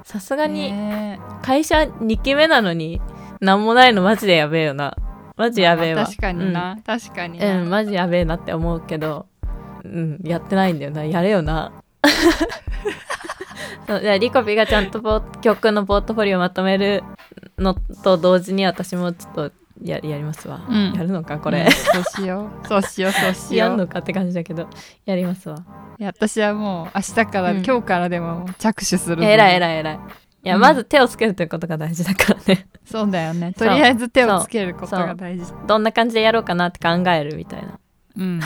Speaker 1: さすがに
Speaker 2: ね
Speaker 1: 会社2期目なのに何もないのマジでやべえよなマジやべえわ
Speaker 2: 確かにな、確かに
Speaker 1: う
Speaker 2: な、
Speaker 1: ん、うん、マジやべえなって思うけどうんやってないんだよなやれよな そうじゃあリコピがちゃんとポ曲のポートフォリオまとめるのと同時に私もちょっとややりますわ、
Speaker 2: うん
Speaker 1: やるのかこ
Speaker 2: うん
Speaker 1: れ、
Speaker 2: そうしようそうしようそうし
Speaker 1: や
Speaker 2: よ
Speaker 1: ん
Speaker 2: う
Speaker 1: のかって感じだけどやりますわ
Speaker 2: いや私はもう明日から、
Speaker 1: うん
Speaker 2: 今日からでももう着手するぞ
Speaker 1: えらいえらいえらいいや、
Speaker 2: うん
Speaker 1: まず手をつけるということが大事だからね
Speaker 2: そうだよね
Speaker 1: そ
Speaker 2: と
Speaker 1: う
Speaker 2: りあえず手をつけること
Speaker 1: そう
Speaker 2: が大事
Speaker 1: どんな感じでやろうかなって考えるみたいな
Speaker 2: うん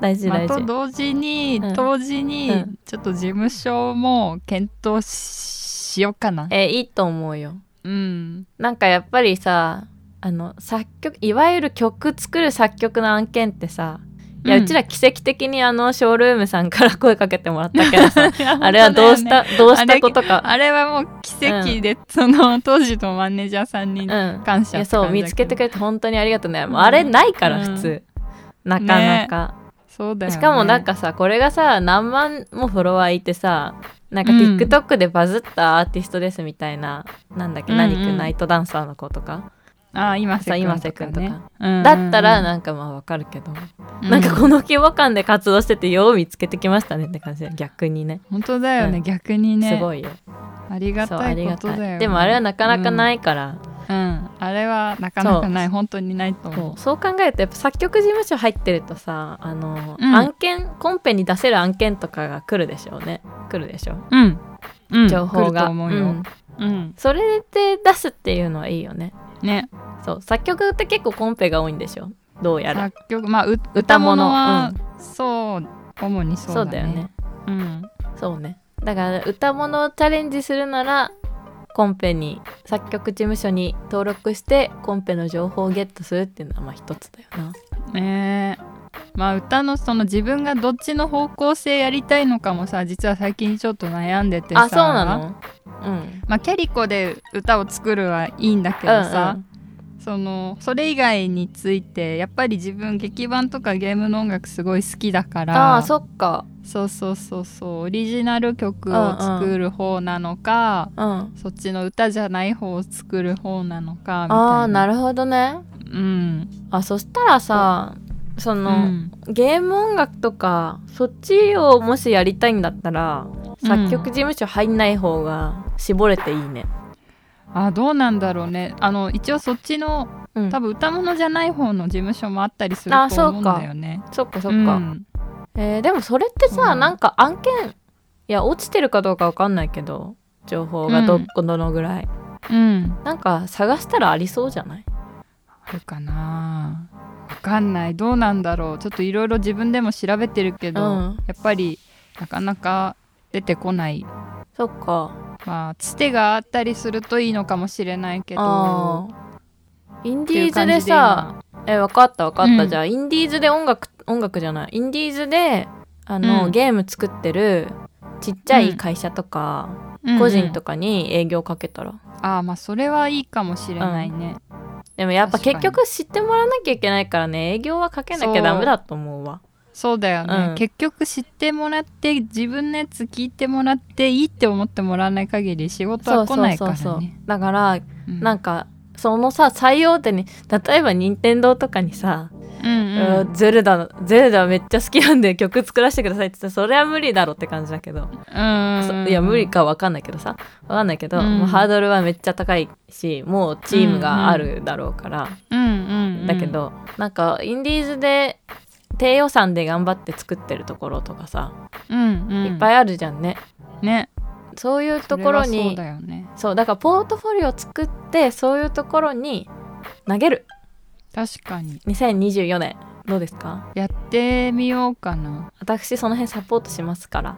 Speaker 1: 大事
Speaker 2: ま
Speaker 1: 大
Speaker 2: あ、
Speaker 1: 事、
Speaker 2: と同時に、
Speaker 1: うん
Speaker 2: 同時に、
Speaker 1: うん
Speaker 2: ちょっと事務所も検討ししようかな。
Speaker 1: えいいと思うよ
Speaker 2: うん。
Speaker 1: なんかやっぱりさあの作曲いわゆる曲作る作曲の案件ってさいや、う
Speaker 2: うん
Speaker 1: ちら奇跡的にあのショールームさんから声かけてもらったけ どさあ
Speaker 2: あ
Speaker 1: れはどうした、どうしたことか
Speaker 2: あれはもう奇跡で、その当時のマネージャーさんに
Speaker 1: うん
Speaker 2: 感謝
Speaker 1: いやそう見つけてく
Speaker 2: れ
Speaker 1: れて本当にありがとうね、もう
Speaker 2: うん
Speaker 1: あれないから
Speaker 2: うん
Speaker 1: 普通、なかなか、
Speaker 2: そうだよ、ね、
Speaker 1: しかもなんかさこれがさ何万もフォロワーいてさなんか TikTok でバズったアーティストですみたいな、なんだっけ、
Speaker 2: うんうん
Speaker 1: 何くんナイトダンサーの子とか、
Speaker 2: ああ今瀬
Speaker 1: そう
Speaker 2: 君
Speaker 1: 今
Speaker 2: と
Speaker 1: 瀬
Speaker 2: か
Speaker 1: くんとか
Speaker 2: ね、うん
Speaker 1: だったらなんかまあわかるけど、なんかこ
Speaker 2: の
Speaker 1: の規模感で活動しててよう見つけてきましたねって感じで逆にね
Speaker 2: 本当だよね、
Speaker 1: うん
Speaker 2: 逆にね
Speaker 1: すごいよ
Speaker 2: ありが
Speaker 1: そう
Speaker 2: た
Speaker 1: あ
Speaker 2: い
Speaker 1: り
Speaker 2: こ
Speaker 1: が
Speaker 2: とだよ、
Speaker 1: た
Speaker 2: ね、、
Speaker 1: いでもあれはなかなかないいから、
Speaker 2: うんあれはなかなかない本当にないと
Speaker 1: そ
Speaker 2: 思
Speaker 1: うそう考えるとやっぱ作曲事務所入ってるとさあの、
Speaker 2: うん
Speaker 1: 案件コンペに出せる案件とかが来るでしょうね来るでしょ
Speaker 2: ううん、うん、
Speaker 1: 情報
Speaker 2: 来る
Speaker 1: が、
Speaker 2: と思う
Speaker 1: う
Speaker 2: よ
Speaker 1: ん、
Speaker 2: うん、
Speaker 1: それで出すっていうのはいいよね
Speaker 2: ね
Speaker 1: そう作曲って結構コンペが多いんでしょどうやら
Speaker 2: 作曲まあう歌
Speaker 1: 歌
Speaker 2: 物
Speaker 1: 物
Speaker 2: は、そう主にそう
Speaker 1: そう
Speaker 2: だね
Speaker 1: だよね
Speaker 2: うん
Speaker 1: そうねだから歌物をチャレンジするならコンペに作曲事務所に登録してコンペの情報をゲットするっていうのはまあ一つだよな
Speaker 2: ねえまあ歌のその自分がどっちの方向性やりたいのかもさ実は最近ちょっと悩んでてさ
Speaker 1: あそうなのうん
Speaker 2: まあキャリコで歌を作るはいいんだけどさ、そのそれ以外についてやっぱり自分劇版とかゲームの音楽すごい好きだか
Speaker 1: うんうん、あ
Speaker 2: ら
Speaker 1: あそっか
Speaker 2: そうそうそうそうオリジナル曲を作る方なのか、
Speaker 1: うん
Speaker 2: そっちの歌じゃない方を作る方なのかみたいな
Speaker 1: ああなるほどね
Speaker 2: うん
Speaker 1: あそしたらさその、
Speaker 2: うん
Speaker 1: ゲーム音楽とかそっちをもしやりたいんだったら作曲事務所入んない方が絞れていいね、
Speaker 2: あどうなんだろうねあの一応そっちの
Speaker 1: うん、
Speaker 2: 多分歌物じゃない方の事務所もあったりする
Speaker 1: あ
Speaker 2: と思
Speaker 1: そううんか
Speaker 2: だよね
Speaker 1: そっかそっか、
Speaker 2: うん
Speaker 1: えーでもそれってさ、
Speaker 2: うん
Speaker 1: なんか案件いや落ちてるかどうかわかんないけど情報がど,、
Speaker 2: うん
Speaker 1: どのぐらい
Speaker 2: うん
Speaker 1: なんか探したらありそうじゃない
Speaker 2: あるかなわかんないどうなんだろうちょっといろいろ自分でも調べてるけど、
Speaker 1: うん
Speaker 2: やっぱりなかなか出てこない
Speaker 1: そっか
Speaker 2: まあつてがあったりするといいのかもしれないけど
Speaker 1: あーイン
Speaker 2: って
Speaker 1: デ
Speaker 2: い
Speaker 1: ィー
Speaker 2: う
Speaker 1: ズ
Speaker 2: 感じ
Speaker 1: でさ
Speaker 2: 今
Speaker 1: えわかったわかった、
Speaker 2: うん
Speaker 1: じゃあインディーズで音楽音楽じゃないインディーズであの、
Speaker 2: うん
Speaker 1: ゲーム作ってるちっちゃい会社とか、
Speaker 2: うんうん
Speaker 1: 個人とかに営業かけたら、
Speaker 2: ああまあそれはいいかもしれないね、
Speaker 1: でもやっぱ
Speaker 2: 確かに
Speaker 1: 結局知ってもらわなきゃいけないからね営業はかけなきゃダメだと思うわ
Speaker 2: そうだよね、
Speaker 1: うん
Speaker 2: 結局知ってもらって自分のやつ聞いてもらっていいって思ってもらわない限り仕事
Speaker 1: そ
Speaker 2: は
Speaker 1: う
Speaker 2: 来
Speaker 1: そ
Speaker 2: な
Speaker 1: う
Speaker 2: い
Speaker 1: そ
Speaker 2: から
Speaker 1: うそう、
Speaker 2: ね
Speaker 1: だから
Speaker 2: な
Speaker 1: なんかそのさ最大手に例えば任天堂とかにさ、
Speaker 2: うんう
Speaker 1: うん
Speaker 2: ん
Speaker 1: ゼルダゼルダめっちゃ好きなんで曲作らせてくださいって言ったらそれは無理だろって感じだけど、
Speaker 2: うんうん
Speaker 1: そいや無理かわかんないけどさわかんないけど、
Speaker 2: うん
Speaker 1: もうハードルはめっちゃ高いしもうチームがあるだろうから、
Speaker 2: うんうんうん
Speaker 1: だけどなんかインディーズで低予算で頑張って作ってるところとかさ、
Speaker 2: うんうん
Speaker 1: いっぱいあるじゃんね
Speaker 2: ね
Speaker 1: そういうところ
Speaker 2: それはそう
Speaker 1: に
Speaker 2: だよね
Speaker 1: そうだからポートフォリオ作ってそういうところに投げる
Speaker 2: 確かに
Speaker 1: 2024年どうですか
Speaker 2: やってみようかな
Speaker 1: 私その辺サポートしますから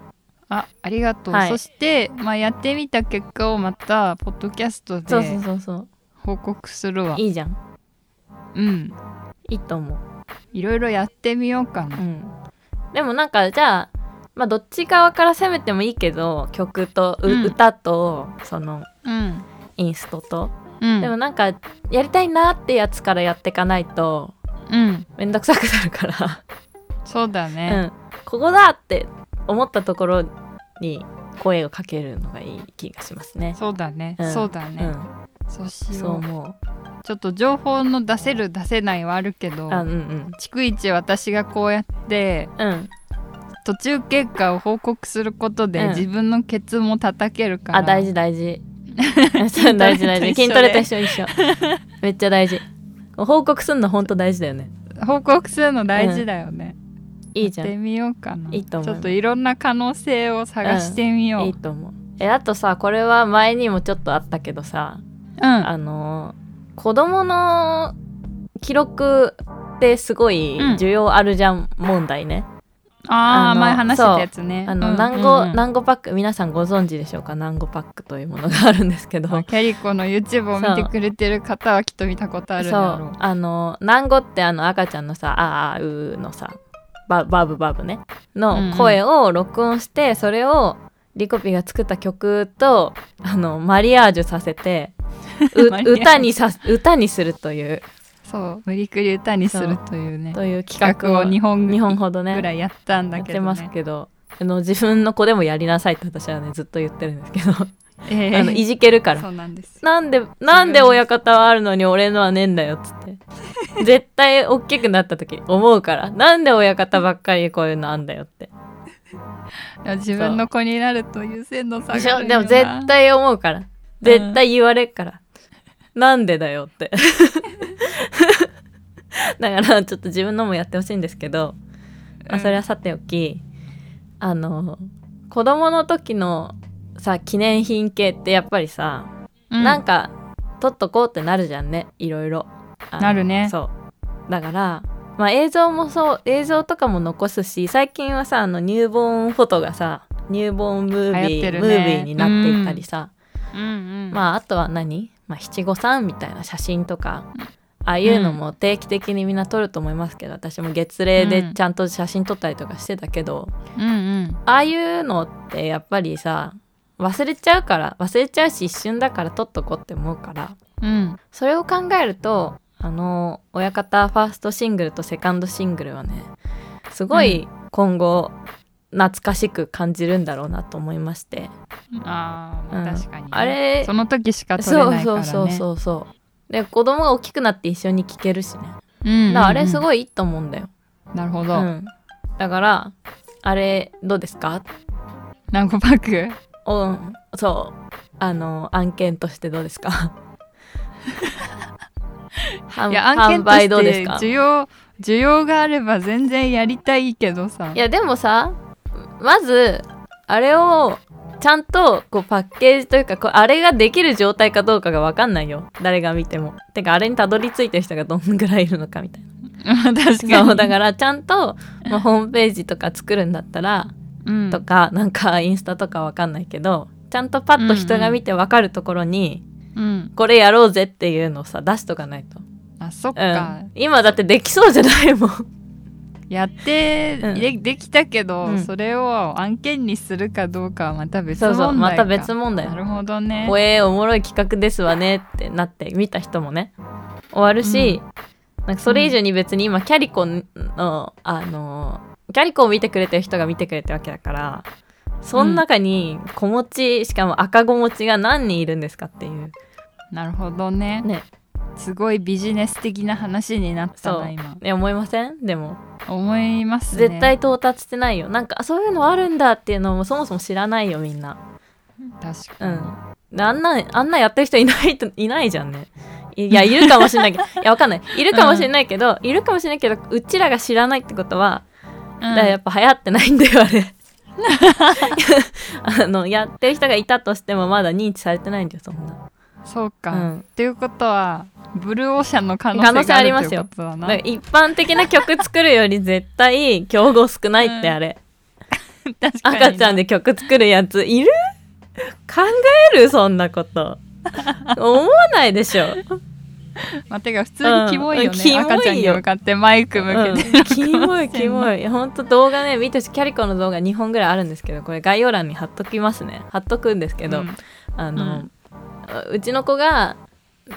Speaker 2: あありがとう、
Speaker 1: はい
Speaker 2: そして、まあ、やってみた結果をまたポッドキャス
Speaker 1: そ
Speaker 2: ト
Speaker 1: うそう
Speaker 2: で
Speaker 1: そうそう
Speaker 2: 報告するわ
Speaker 1: いいじゃん
Speaker 2: うん
Speaker 1: いいと思う、
Speaker 2: いろいろやってみようか
Speaker 1: う、
Speaker 2: なん
Speaker 1: でもなんかじゃあまあどっち側から攻めてもいいけど曲と、う
Speaker 2: うん
Speaker 1: 歌とその
Speaker 2: うん、
Speaker 1: インストと、
Speaker 2: うん、
Speaker 1: でもなんかやりたいなってやつからやっていかないと
Speaker 2: うん
Speaker 1: めんどくさくなるから
Speaker 2: そうだ
Speaker 1: う
Speaker 2: ね、
Speaker 1: んここだって思ったところに声をかけるのがいい気がしますね
Speaker 2: そうだね、
Speaker 1: うん
Speaker 2: そうだね、
Speaker 1: う
Speaker 2: そうし
Speaker 1: ん、そう
Speaker 2: よう
Speaker 1: 思う
Speaker 2: ちょっと情報の逐一出せる出せないはあるけど
Speaker 1: あうんうん
Speaker 2: 逐一私がこうやって
Speaker 1: うん
Speaker 2: 途中経過を報告することで、
Speaker 1: うん
Speaker 2: 自分のケツも叩けるから
Speaker 1: あ大事大 事そう大事大事筋
Speaker 2: 筋
Speaker 1: ト
Speaker 2: ト
Speaker 1: レ
Speaker 2: レ
Speaker 1: と
Speaker 2: と
Speaker 1: 一緒一 緒めっちゃ大事報告すんのほんと大事だよね
Speaker 2: 報告するの大事だよね、
Speaker 1: いいじ
Speaker 2: や
Speaker 1: ゃ
Speaker 2: っ
Speaker 1: ん
Speaker 2: て
Speaker 1: い
Speaker 2: みようかない
Speaker 1: いと思う
Speaker 2: ちょっといろんな可能性を探してみよう、うん
Speaker 1: いと思うえあとさこれは前にもちょっとあったけどさあのー子供の記録ってすごい
Speaker 2: うん
Speaker 1: 需要あるじゃん問題ね、
Speaker 2: あ
Speaker 1: あ
Speaker 2: あ
Speaker 1: の
Speaker 2: 前話してたやつね
Speaker 1: あの、
Speaker 2: うん
Speaker 1: 南語、
Speaker 2: うん
Speaker 1: 南語パック皆さんご存知でしょうか南語パックというものがあるんですけど
Speaker 2: まあキャリコの YouTube を見てくれてる方はきっと見たことある
Speaker 1: そ
Speaker 2: だろ
Speaker 1: うあの南語ってあの赤ちゃんのさ「あーあーうー」のさババブバブね
Speaker 2: うんう
Speaker 1: の
Speaker 2: ん
Speaker 1: 声を録音して、それをリコピが作った曲とあのマリアージュさせてう
Speaker 2: マリアージュ
Speaker 1: 歌にさ歌にするという
Speaker 2: うそう無理くり歌にするというね
Speaker 1: という企
Speaker 2: 企
Speaker 1: 画
Speaker 2: 画
Speaker 1: を
Speaker 2: を日
Speaker 1: 日本
Speaker 2: 本
Speaker 1: ほど
Speaker 2: ぐ
Speaker 1: ね
Speaker 2: らいやったんだ
Speaker 1: やっ
Speaker 2: け
Speaker 1: て
Speaker 2: ど、ね、
Speaker 1: ますけどあの自分の子でもやりなさいって私はねずっと言ってるんですけど
Speaker 2: ええ
Speaker 1: あのいじけるから
Speaker 2: そうなんですよ
Speaker 1: なんで、なんで親方はあるのに俺のはねえんだよっつっ て。絶対大きくなった時に思うから。なんで親方ばっかりこういうのあんだよって。
Speaker 2: いや自分の子になるという線の差
Speaker 1: で
Speaker 2: があるよな
Speaker 1: も絶対思うから。絶対言われっから。なんでだよ って。だからちょっと自分のもやってほしいんですけど、まあ、それはさておき、あの、子供の時のさ、記念品系ってやっぱりさ、
Speaker 2: うん
Speaker 1: なんか撮っとこうってなるじゃんねいろいろあの
Speaker 2: なるね
Speaker 1: そうだからまあ映像もそう映像とかも残すし最近はさあのニューボーンフォトがさニューボーンムー
Speaker 2: 流行
Speaker 1: ビ
Speaker 2: っ
Speaker 1: ー、
Speaker 2: てる
Speaker 1: ム
Speaker 2: ね
Speaker 1: ービーになっていったりさ、
Speaker 2: うんうん
Speaker 1: まああとは何、まあ、七五三みたいな写真とか、ああいうのも定期的にみんな撮ると思いますけど私も月齢でちゃんと写真撮ったりとかしてたけど、
Speaker 2: うんうん
Speaker 1: ああいうのってやっぱりさ忘れちゃうから忘れちゃうし一瞬だから撮っとこうって思うから
Speaker 2: うん
Speaker 1: それを考えるとあの親方ファーストシングルとセカンドシングルはねすごい今後、懐かしく感じるんだろうなと思いまして
Speaker 2: あー、
Speaker 1: うん
Speaker 2: 確かにね、
Speaker 1: あれ
Speaker 2: その時しか撮れ
Speaker 1: そ
Speaker 2: な
Speaker 1: う
Speaker 2: いから
Speaker 1: そう
Speaker 2: ね
Speaker 1: そう
Speaker 2: う、
Speaker 1: そうそうで子供が大きくなって一緒に聴けるしね
Speaker 2: んうんう
Speaker 1: だか
Speaker 2: ん
Speaker 1: らあれすごいいいと思うんだよ、
Speaker 2: なるほ
Speaker 1: う
Speaker 2: ど、
Speaker 1: ん
Speaker 2: うん、
Speaker 1: だからあれどうですか
Speaker 2: 何個パック
Speaker 1: うんそうあの案件としてどうです か販
Speaker 2: いや案件
Speaker 1: 販
Speaker 2: とし
Speaker 1: 売
Speaker 2: て
Speaker 1: どうですか
Speaker 2: 需要需要があれば全然やりたいけどさ
Speaker 1: いやでもさまずあれをちゃんとこうパッケージというかこうあれができる状態かどうかが分かんないよ誰が見ても。てかあれにたどり着いてる人がどんぐらいいるのかみたいな。
Speaker 2: 確 かに
Speaker 1: そうだからちゃんと、まあ、ホームページとか作るんだったら
Speaker 2: うん
Speaker 1: とかなんかインスタとか分かんないけどちゃんとパッと人が見て分かるところに、
Speaker 2: うん
Speaker 1: これやろうぜっていうのをさ出しとかないと。
Speaker 2: あそっ
Speaker 1: う
Speaker 2: か、
Speaker 1: ん、今だってできそうじゃないもん。
Speaker 2: やって、
Speaker 1: うん
Speaker 2: でできたけど、
Speaker 1: うん
Speaker 2: それを案件にするかどうかはまた別
Speaker 1: そ
Speaker 2: 問
Speaker 1: う
Speaker 2: 題か
Speaker 1: そうまた別問題
Speaker 2: なるほどね
Speaker 1: ほえーおもろい企画ですわねってなって見た人もね終わるし、なんかそれ以上に別に今キャリコのあのキャリコを見てくれてる人が見てくれてるわけだからその中に子持ちしかも赤子持ちが何人いるんですかっていう
Speaker 2: なるほどね
Speaker 1: ね
Speaker 2: すごいビジネス的な話になった
Speaker 1: そう
Speaker 2: な今
Speaker 1: ね思いませんでも
Speaker 2: 思いますね
Speaker 1: 絶対到達してないよ、なんかあそういうのあるんだっていうのもそもそも知らないよみんな
Speaker 2: 確
Speaker 1: う
Speaker 2: かに、
Speaker 1: んであんなあんなやってる人いないと いないじゃんねいやいるかもしれない けどいやわかんないいるかもしれないけど、いるかもしれないけどうちらが知らないってことは
Speaker 2: うん
Speaker 1: だからやっぱ流行ってないんだよあ れあのやってる人がいたとしてもまだ認知されてないんだよそんな
Speaker 2: そうか、
Speaker 1: うん
Speaker 2: っていうことはブルーオーシャンの可能
Speaker 1: 可能性
Speaker 2: 性が
Speaker 1: あ
Speaker 2: あ
Speaker 1: り
Speaker 2: り
Speaker 1: ま
Speaker 2: ますす
Speaker 1: よ
Speaker 2: よことだ
Speaker 1: だ
Speaker 2: な
Speaker 1: から一般的な曲作るより絶対競合少ないってあれ、
Speaker 2: 確かに
Speaker 1: 赤ちゃんで曲作るやついる考えるそんなこと 思わないでしょ、
Speaker 2: まあ、てか普通にキモいよ
Speaker 1: うん
Speaker 2: ね、
Speaker 1: キモいよ
Speaker 2: 赤ちゃんに向かってマイク
Speaker 1: う
Speaker 2: 向
Speaker 1: ん
Speaker 2: けて、、
Speaker 1: キモいキ
Speaker 2: い
Speaker 1: モい本当動画ね見てほしいキャリコの動画2本ぐらいあるんですけどこれ概要欄に貼っときますね貼っとくんですけど、あの、
Speaker 2: うん
Speaker 1: うちの子が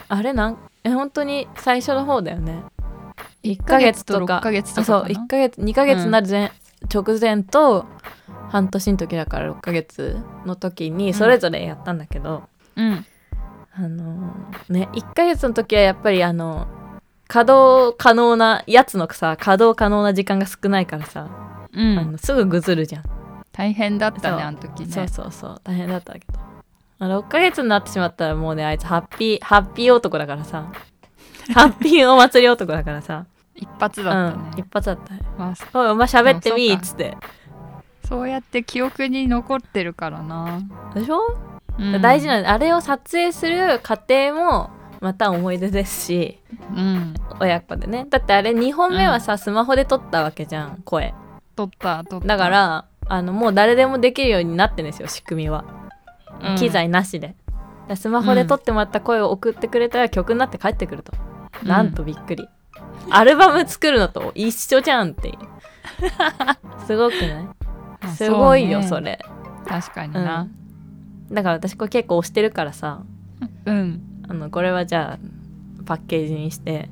Speaker 1: あれなんえ本当に最初の方だよね1
Speaker 2: 1ヶ
Speaker 1: ヶ月
Speaker 2: 月と
Speaker 1: と
Speaker 2: 6
Speaker 1: か
Speaker 2: ヶ月とか
Speaker 1: そう
Speaker 2: かな
Speaker 1: 1ヶ月2ヶ月になる前、直前と半年の時だから6ヶ月の時にそれぞれやったんだけど、
Speaker 2: うん
Speaker 1: あのね1ヶ月の時はやっぱりあの稼働可能なやつのさ稼働可能な時間が少ないからさ、
Speaker 2: う
Speaker 1: あ
Speaker 2: ん
Speaker 1: のすぐぐずるじゃん、
Speaker 2: 大変だった
Speaker 1: そう
Speaker 2: ねあの時ね
Speaker 1: そうそうそう大変だったけどまあ6ヶ月になってしまったらもうねあいつハッピーハッピー男だから さハッピーお祭り男だからさ、
Speaker 2: 一発
Speaker 1: う
Speaker 2: だった
Speaker 1: ん
Speaker 2: ね、、
Speaker 1: 一発だったね
Speaker 2: まあ
Speaker 1: 「おいお前喋ってみ」
Speaker 2: うんそう
Speaker 1: っ
Speaker 2: か
Speaker 1: つって
Speaker 2: そうやって記憶に残ってるからな、
Speaker 1: でしょ
Speaker 2: うん
Speaker 1: 大事なあれを撮影する過程もまた思い出ですし
Speaker 2: うん
Speaker 1: 親子でねだってあれ2本目はさ、スマホで撮ったわけじゃん声
Speaker 2: 撮った撮った
Speaker 1: だからあのもう誰でもできるようになってんですよ仕組みは、
Speaker 2: うん
Speaker 1: 機材なしでだからスマホで撮ってもらった声を送ってくれたら曲になって帰ってくると、
Speaker 2: うん
Speaker 1: なんとびっくりアルバム作るのと 一緒じゃんって いうすごくない
Speaker 2: あ
Speaker 1: すごいよ
Speaker 2: うね
Speaker 1: それ
Speaker 2: 確かに
Speaker 1: うん
Speaker 2: な
Speaker 1: だから私これ結構押してるからさ
Speaker 2: うん、
Speaker 1: あのこれはじゃあパッケージにして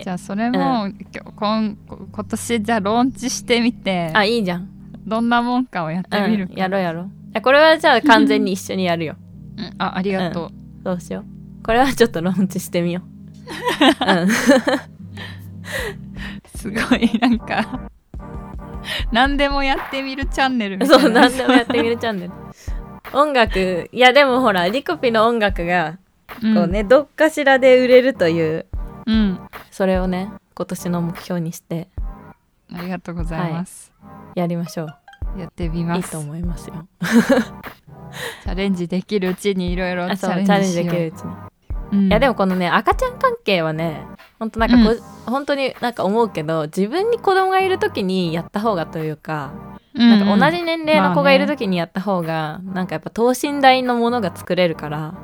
Speaker 2: じゃあそれも、今日こん今年じゃあローンチしてみて
Speaker 1: あいいじゃん、
Speaker 2: どんなもんかをやって
Speaker 1: う
Speaker 2: みる
Speaker 1: ん、
Speaker 2: か、
Speaker 1: やろうやろういやこれはじゃあ完全に一緒にやるよ
Speaker 2: うんあありがとう、
Speaker 1: どうしようこれはちょっとローンチしてみよう、うん、
Speaker 2: すごいなんか何でもやってみるチャンネルみたい
Speaker 1: そ
Speaker 2: な
Speaker 1: う何でもやってみるチャンネル音楽いやでもほらリコピの音楽が
Speaker 2: うん
Speaker 1: こうね、どっかしらで売れるという
Speaker 2: うん
Speaker 1: それをね今年の目標にして
Speaker 2: ありがとうございます、
Speaker 1: やりましょう
Speaker 2: やってみ
Speaker 1: い
Speaker 2: ま
Speaker 1: い
Speaker 2: す
Speaker 1: と思いますよ
Speaker 2: チャレンジできるうちにいろいろ
Speaker 1: あ
Speaker 2: チ
Speaker 1: そう
Speaker 2: ャレン
Speaker 1: チャレン
Speaker 2: ジ
Speaker 1: ジ
Speaker 2: し
Speaker 1: でき
Speaker 2: よう
Speaker 1: るうちに
Speaker 2: うん
Speaker 1: いやでもこのね赤ちゃん関係はね本当なんかこ、本当になんか思うけど自分に子供がいる時にやった方がというか,、
Speaker 2: うん
Speaker 1: なんか同じ年齢の子
Speaker 2: まあ
Speaker 1: が
Speaker 2: ね
Speaker 1: いる時にやった方が、なんかやっぱ等身大のものが作れるから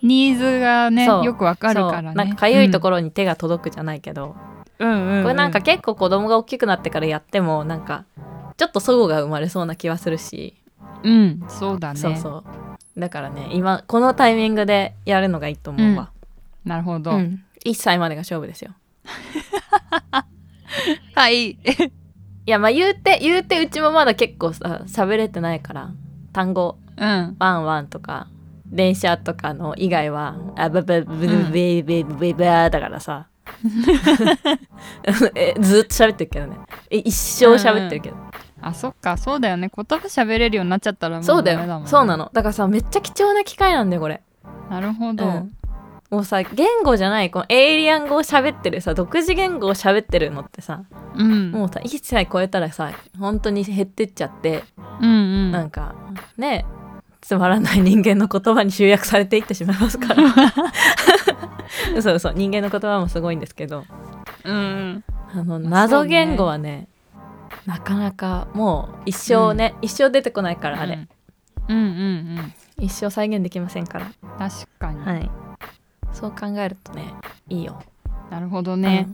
Speaker 2: ニーズがね
Speaker 1: そう
Speaker 2: よくわかるから
Speaker 1: そ
Speaker 2: ね
Speaker 1: うなんかかゆいところに手が届くじゃないけど、
Speaker 2: うん、うんうんう
Speaker 1: これなんか結構子供が大きくなってからやってもなんかちょっと齟齬が生まれそうな気はするし、
Speaker 2: うんそうだね
Speaker 1: そうそうだからね今このタイミングでやるのがいいと思うわ、
Speaker 2: なるほど、
Speaker 1: うん、1歳までが勝負ですよ
Speaker 2: はい
Speaker 1: いやまあ言うて言うてうちもまだ結構さ喋れてないから単語
Speaker 2: うん
Speaker 1: ワンワンとか電車とかの以外はあブブブブ
Speaker 2: うん
Speaker 1: ブブブブブだからさ えずっと喋ってるけどねえ一生喋ってるけど、
Speaker 2: あそっかそうだよね言葉喋れるようになっちゃったらもう
Speaker 1: そうだ
Speaker 2: ダメ
Speaker 1: よ
Speaker 2: もんね
Speaker 1: そうなのだからさめっちゃ貴重な機会なんだよこれ、
Speaker 2: なるほど、
Speaker 1: うんもうさ言語じゃないこのエイリアン語を喋ってるさ独自言語を喋ってるのってさ
Speaker 2: うん、
Speaker 1: もうさ1歳超えたらさ本当に減ってっちゃって
Speaker 2: うんうん
Speaker 1: なんかねつまらない人間の言葉に集約されていってしまいますから そうそう人間の言葉もすごいんですけど
Speaker 2: うん
Speaker 1: あの
Speaker 2: まあそ
Speaker 1: 謎
Speaker 2: うね
Speaker 1: 言語はねなかなかもう一生ね、一生出てこないからあれ、
Speaker 2: うんうんうん
Speaker 1: 一生再現できませんから
Speaker 2: うん確かに、
Speaker 1: はいそう考えるとねいいよ、
Speaker 2: なるほどね、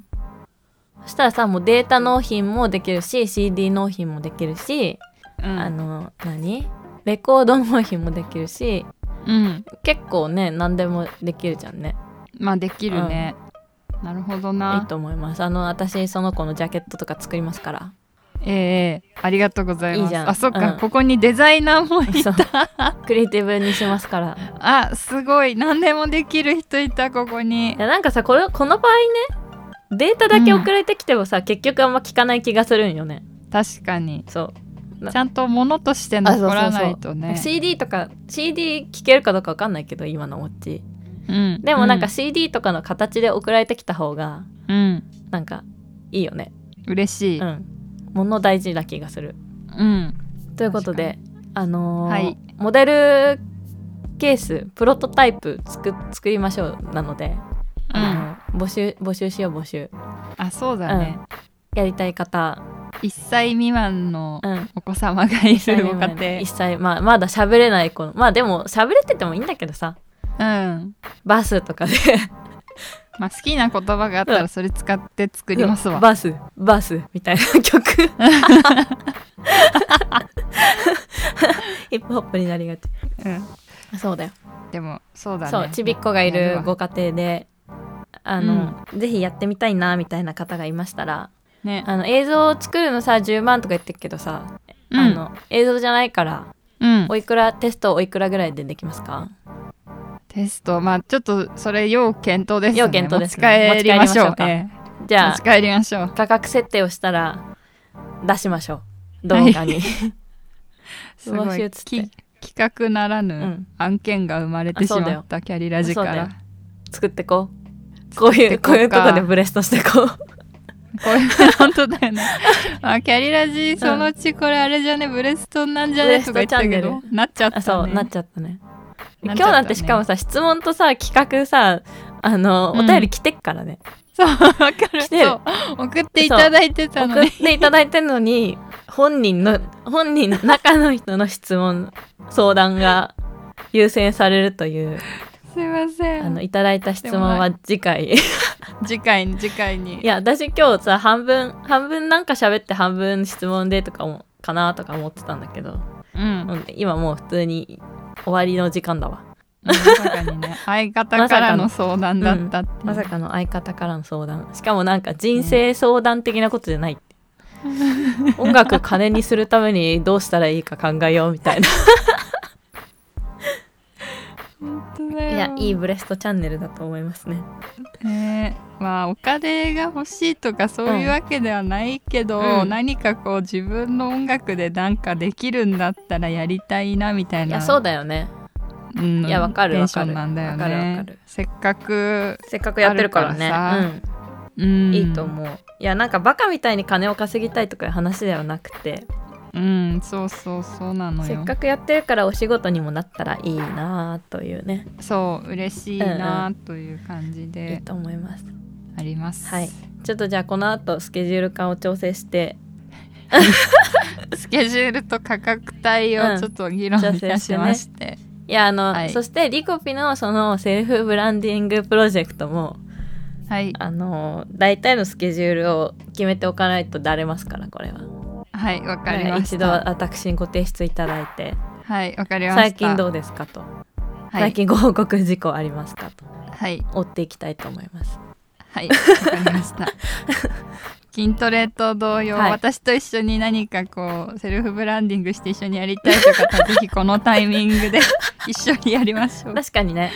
Speaker 1: うんそしたらさもうデータ納品もできるし CD 納品もできるし、
Speaker 2: うん
Speaker 1: あの何レコード納品もできるし
Speaker 2: うん
Speaker 1: 結構ね何でもできるじゃんね
Speaker 2: まあできるね、なるほど
Speaker 1: いい
Speaker 2: な
Speaker 1: と思いますあの私その子のジャケットとか作りますから
Speaker 2: ええええありがとうございます
Speaker 1: いいじゃん
Speaker 2: あそっか、
Speaker 1: うん
Speaker 2: ここにデザイナーもい
Speaker 1: そう
Speaker 2: た
Speaker 1: クリエイティブにしますからい
Speaker 2: あすごい何でもできる人いたここに
Speaker 1: やなんかさこれこの場合ねデータだけ送られてきてもさ、結局あんま聞かない気がするんよね
Speaker 2: 確かに
Speaker 1: そうな
Speaker 2: ちゃんと物として
Speaker 1: あそうそう
Speaker 2: 残
Speaker 1: そう
Speaker 2: らないとね
Speaker 1: CD とか CD 聞けるかどうかわかんないけど今のおっち
Speaker 2: うん
Speaker 1: でもなんか CD とかの形で送られてきた方が
Speaker 2: うん、うん
Speaker 1: なんかいいよね
Speaker 2: 嬉しい、
Speaker 1: う
Speaker 2: うん
Speaker 1: 物大事な気がする
Speaker 2: ん、
Speaker 1: ということで、あのー
Speaker 2: はい
Speaker 1: モデルケースプロトタイプ作作りましょうなので、あの募集募集しよう募集
Speaker 2: あそうだね、
Speaker 1: やりたい方、
Speaker 2: 1歳未満の
Speaker 1: うん、
Speaker 2: お子様がいるご家
Speaker 1: 一切まあまだ喋れない子のまあでも喋れててもいいんだけどさ
Speaker 2: 庭うん
Speaker 1: バスとかで
Speaker 2: まあ好きな言葉があったらそれ使って作りますわ
Speaker 1: バスバスみたいな 曲 ヒップホップになりがち
Speaker 2: うん
Speaker 1: そうだよ
Speaker 2: でもそうだね
Speaker 1: そうちびっこがい
Speaker 2: や
Speaker 1: る
Speaker 2: わ
Speaker 1: ご家庭であの、ぜひやってみたいなみたいな方がいましたら
Speaker 2: ね
Speaker 1: あの映像を作るのさ10万とか言ってるけどさ、あの映像じゃないから
Speaker 2: うん
Speaker 1: おいくらテストおいくらぐらいでできますか
Speaker 2: テストまあちょっとそれ要検討ですね
Speaker 1: 要検討ですね
Speaker 2: ね持ち帰りましょ
Speaker 1: 持
Speaker 2: う
Speaker 1: ち帰りましょうか
Speaker 2: え
Speaker 1: じ
Speaker 2: え
Speaker 1: ゃ
Speaker 2: 持
Speaker 1: あ
Speaker 2: ち帰りましょう
Speaker 1: 価格設定をしたら出しましょう動画に、
Speaker 2: すご
Speaker 1: 上手打
Speaker 2: い
Speaker 1: つって
Speaker 2: き企画なら
Speaker 1: う
Speaker 2: ぬ
Speaker 1: ん、
Speaker 2: 案件が生まれて
Speaker 1: あ
Speaker 2: し
Speaker 1: そうだよ
Speaker 2: まったキャリラジか
Speaker 1: そうだよ
Speaker 2: ら
Speaker 1: 作ってこうこういうこ
Speaker 2: 作
Speaker 1: う
Speaker 2: っ
Speaker 1: いう
Speaker 2: てこうか
Speaker 1: ことでブレストしてこ う
Speaker 2: これ 本当だよね。あキャリラジそのうちこれあれじゃね、ブレストンなんじゃねとか言ってたけ
Speaker 1: ブレ
Speaker 2: どなっちゃっ
Speaker 1: あ
Speaker 2: た
Speaker 1: そう
Speaker 2: ね。
Speaker 1: なっちゃったね
Speaker 2: な
Speaker 1: 今
Speaker 2: っ
Speaker 1: 日
Speaker 2: ちゃっ
Speaker 1: な
Speaker 2: たね
Speaker 1: んてしかもさ質問とさ企画さあの、
Speaker 2: う
Speaker 1: お
Speaker 2: ん
Speaker 1: 便り来てっからね
Speaker 2: そうわかる。
Speaker 1: 来てる
Speaker 2: そう送っていただいてたの
Speaker 1: 送っ
Speaker 2: ね。
Speaker 1: ていただいてるのに本人の本人の中の人の質問相談が優先されるという
Speaker 2: すいませ
Speaker 1: あの
Speaker 2: ん。
Speaker 1: いただいた質問は次回い
Speaker 2: 次回に次回に。
Speaker 1: や私今日さ半分半分なんか喋って半分質問でとかもかなとか思ってたんだけど、
Speaker 2: うん。
Speaker 1: うん今もう普通に終わりの時間だわ
Speaker 2: まさかに ね相方からの相談だったっていう。
Speaker 1: まさかの相方からの相談しかもなんか人生相談的なことじゃ ないって、音楽金にするためにどうしたらいいか考えようみたいな
Speaker 2: 本当だ
Speaker 1: い
Speaker 2: よ
Speaker 1: やいいブレストチャンネルだと思いますね
Speaker 2: ねまあお金が欲しいとかそういうわけではないけど、
Speaker 1: うん
Speaker 2: 何かこう自分の音楽でなんかできるんだったらやりたいなみたい
Speaker 1: い
Speaker 2: な
Speaker 1: やそうだよね
Speaker 2: うん
Speaker 1: いやわかる
Speaker 2: テンションなんだよ
Speaker 1: わかるわか
Speaker 2: ね
Speaker 1: る
Speaker 2: せっかく、
Speaker 1: せっかくやってるからね
Speaker 2: あるからさ
Speaker 1: うんい
Speaker 2: い
Speaker 1: いと思う、いやなんかバカみたいに金を稼ぎたいとかいう話ではなくて
Speaker 2: ううんそうそうそうなの
Speaker 1: せっ
Speaker 2: よ
Speaker 1: かくやってるからお仕事にもなったらいいなというね
Speaker 2: そう嬉しいなという感じ
Speaker 1: いい
Speaker 2: で
Speaker 1: と思います
Speaker 2: あります、
Speaker 1: はいちょっとじゃあこの後スケジュール感を調整して
Speaker 2: スケジュールと価格帯
Speaker 1: う
Speaker 2: を
Speaker 1: ん
Speaker 2: ちょっと議論いたしまして、
Speaker 1: いやあの、
Speaker 2: はい
Speaker 1: そしてリコピのそのセルフブランディングプロジェクトも
Speaker 2: はい
Speaker 1: あの大体のスケジュールを決めておかないとだれますからこれは
Speaker 2: はいわかり
Speaker 1: はい
Speaker 2: まし
Speaker 1: 一度
Speaker 2: た
Speaker 1: 私にご提出いただいて
Speaker 2: はいわかりました
Speaker 1: 最近どうですかと、
Speaker 2: は
Speaker 1: 最
Speaker 2: い
Speaker 1: 近ご報告事項ありますかと
Speaker 2: はい
Speaker 1: 追っていきたいと思います
Speaker 2: はい、わかり ました。筋トレと同様、
Speaker 1: はい
Speaker 2: 私と一緒に何かこうセルフブランディングして一緒にやりたいという方はぜひこのタイミング で一緒にやりましょう。
Speaker 1: 確かにね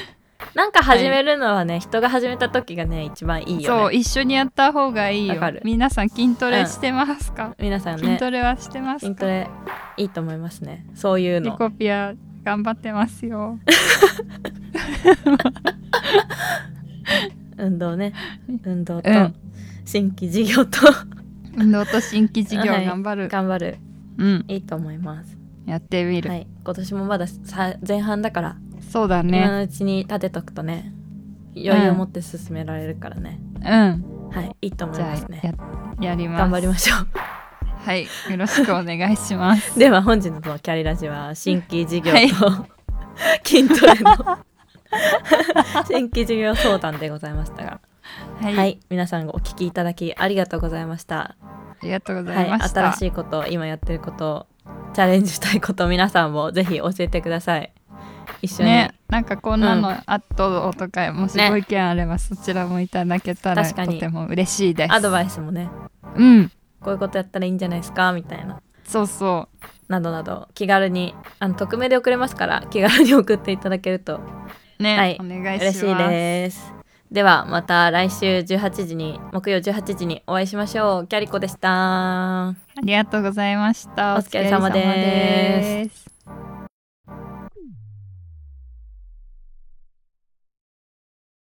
Speaker 1: なんか始めるのはね、人が始めた時がね一番いい
Speaker 2: そ
Speaker 1: よ
Speaker 2: う
Speaker 1: ね
Speaker 2: 一緒にやった方がいい
Speaker 1: わ
Speaker 2: よ
Speaker 1: かる。
Speaker 2: 皆さん筋トレしてますか、
Speaker 1: 皆さん
Speaker 2: 筋
Speaker 1: ね
Speaker 2: トレはしてます
Speaker 1: 筋
Speaker 2: か
Speaker 1: トレいいと思いますねそういう
Speaker 2: リ
Speaker 1: の
Speaker 2: コピア頑張ってますよ。
Speaker 1: 運動ね運動と
Speaker 2: うん
Speaker 1: 新規事業と
Speaker 2: 運動と新規事業
Speaker 1: はい
Speaker 2: 頑張る。
Speaker 1: 頑張る
Speaker 2: うん、
Speaker 1: いいと思います
Speaker 2: やってみる。
Speaker 1: はい今年もまださ前半だから、
Speaker 2: そうだ
Speaker 1: 今
Speaker 2: ね。
Speaker 1: のうちに立てとくとね余裕を持って進められるからね、
Speaker 2: うん、
Speaker 1: はいいいと思い
Speaker 2: じゃ
Speaker 1: ます
Speaker 2: あ
Speaker 1: ね
Speaker 2: ややります。
Speaker 1: 頑張りましょ
Speaker 2: はい、よろしくお願いします。
Speaker 1: うでは本日のキャリラジは新規事業と、
Speaker 2: はい
Speaker 1: 筋トレの新規事業相談でございましたが
Speaker 2: は
Speaker 1: はい、皆さんお聞きいただきありがとうございました
Speaker 2: ありがとうござ
Speaker 1: はいい
Speaker 2: まし
Speaker 1: 新
Speaker 2: た。
Speaker 1: しいこと今やってることチャレンジしたいこと皆さんもぜひ教えてください一緒に、
Speaker 2: ね、なんかこんな
Speaker 1: う
Speaker 2: のあととか、もし
Speaker 1: ね
Speaker 2: ご意見あれば、そちらもいただけたら
Speaker 1: 確かに
Speaker 2: とても嬉しいです。
Speaker 1: アドバイスもね
Speaker 2: うん、
Speaker 1: こういうことやったらいいんじゃないですかみたいな
Speaker 2: そうそ
Speaker 1: などなど気軽にあの匿名で送れますから気軽に送っていただけると
Speaker 2: う。ね、
Speaker 1: はい
Speaker 2: お願いしま
Speaker 1: 嬉
Speaker 2: す。
Speaker 1: しいですではまた来週18時に木曜18時にお会いしましょうキャリコでした
Speaker 2: ありがとうございました。
Speaker 1: お疲れ様です
Speaker 2: お疲れ様す。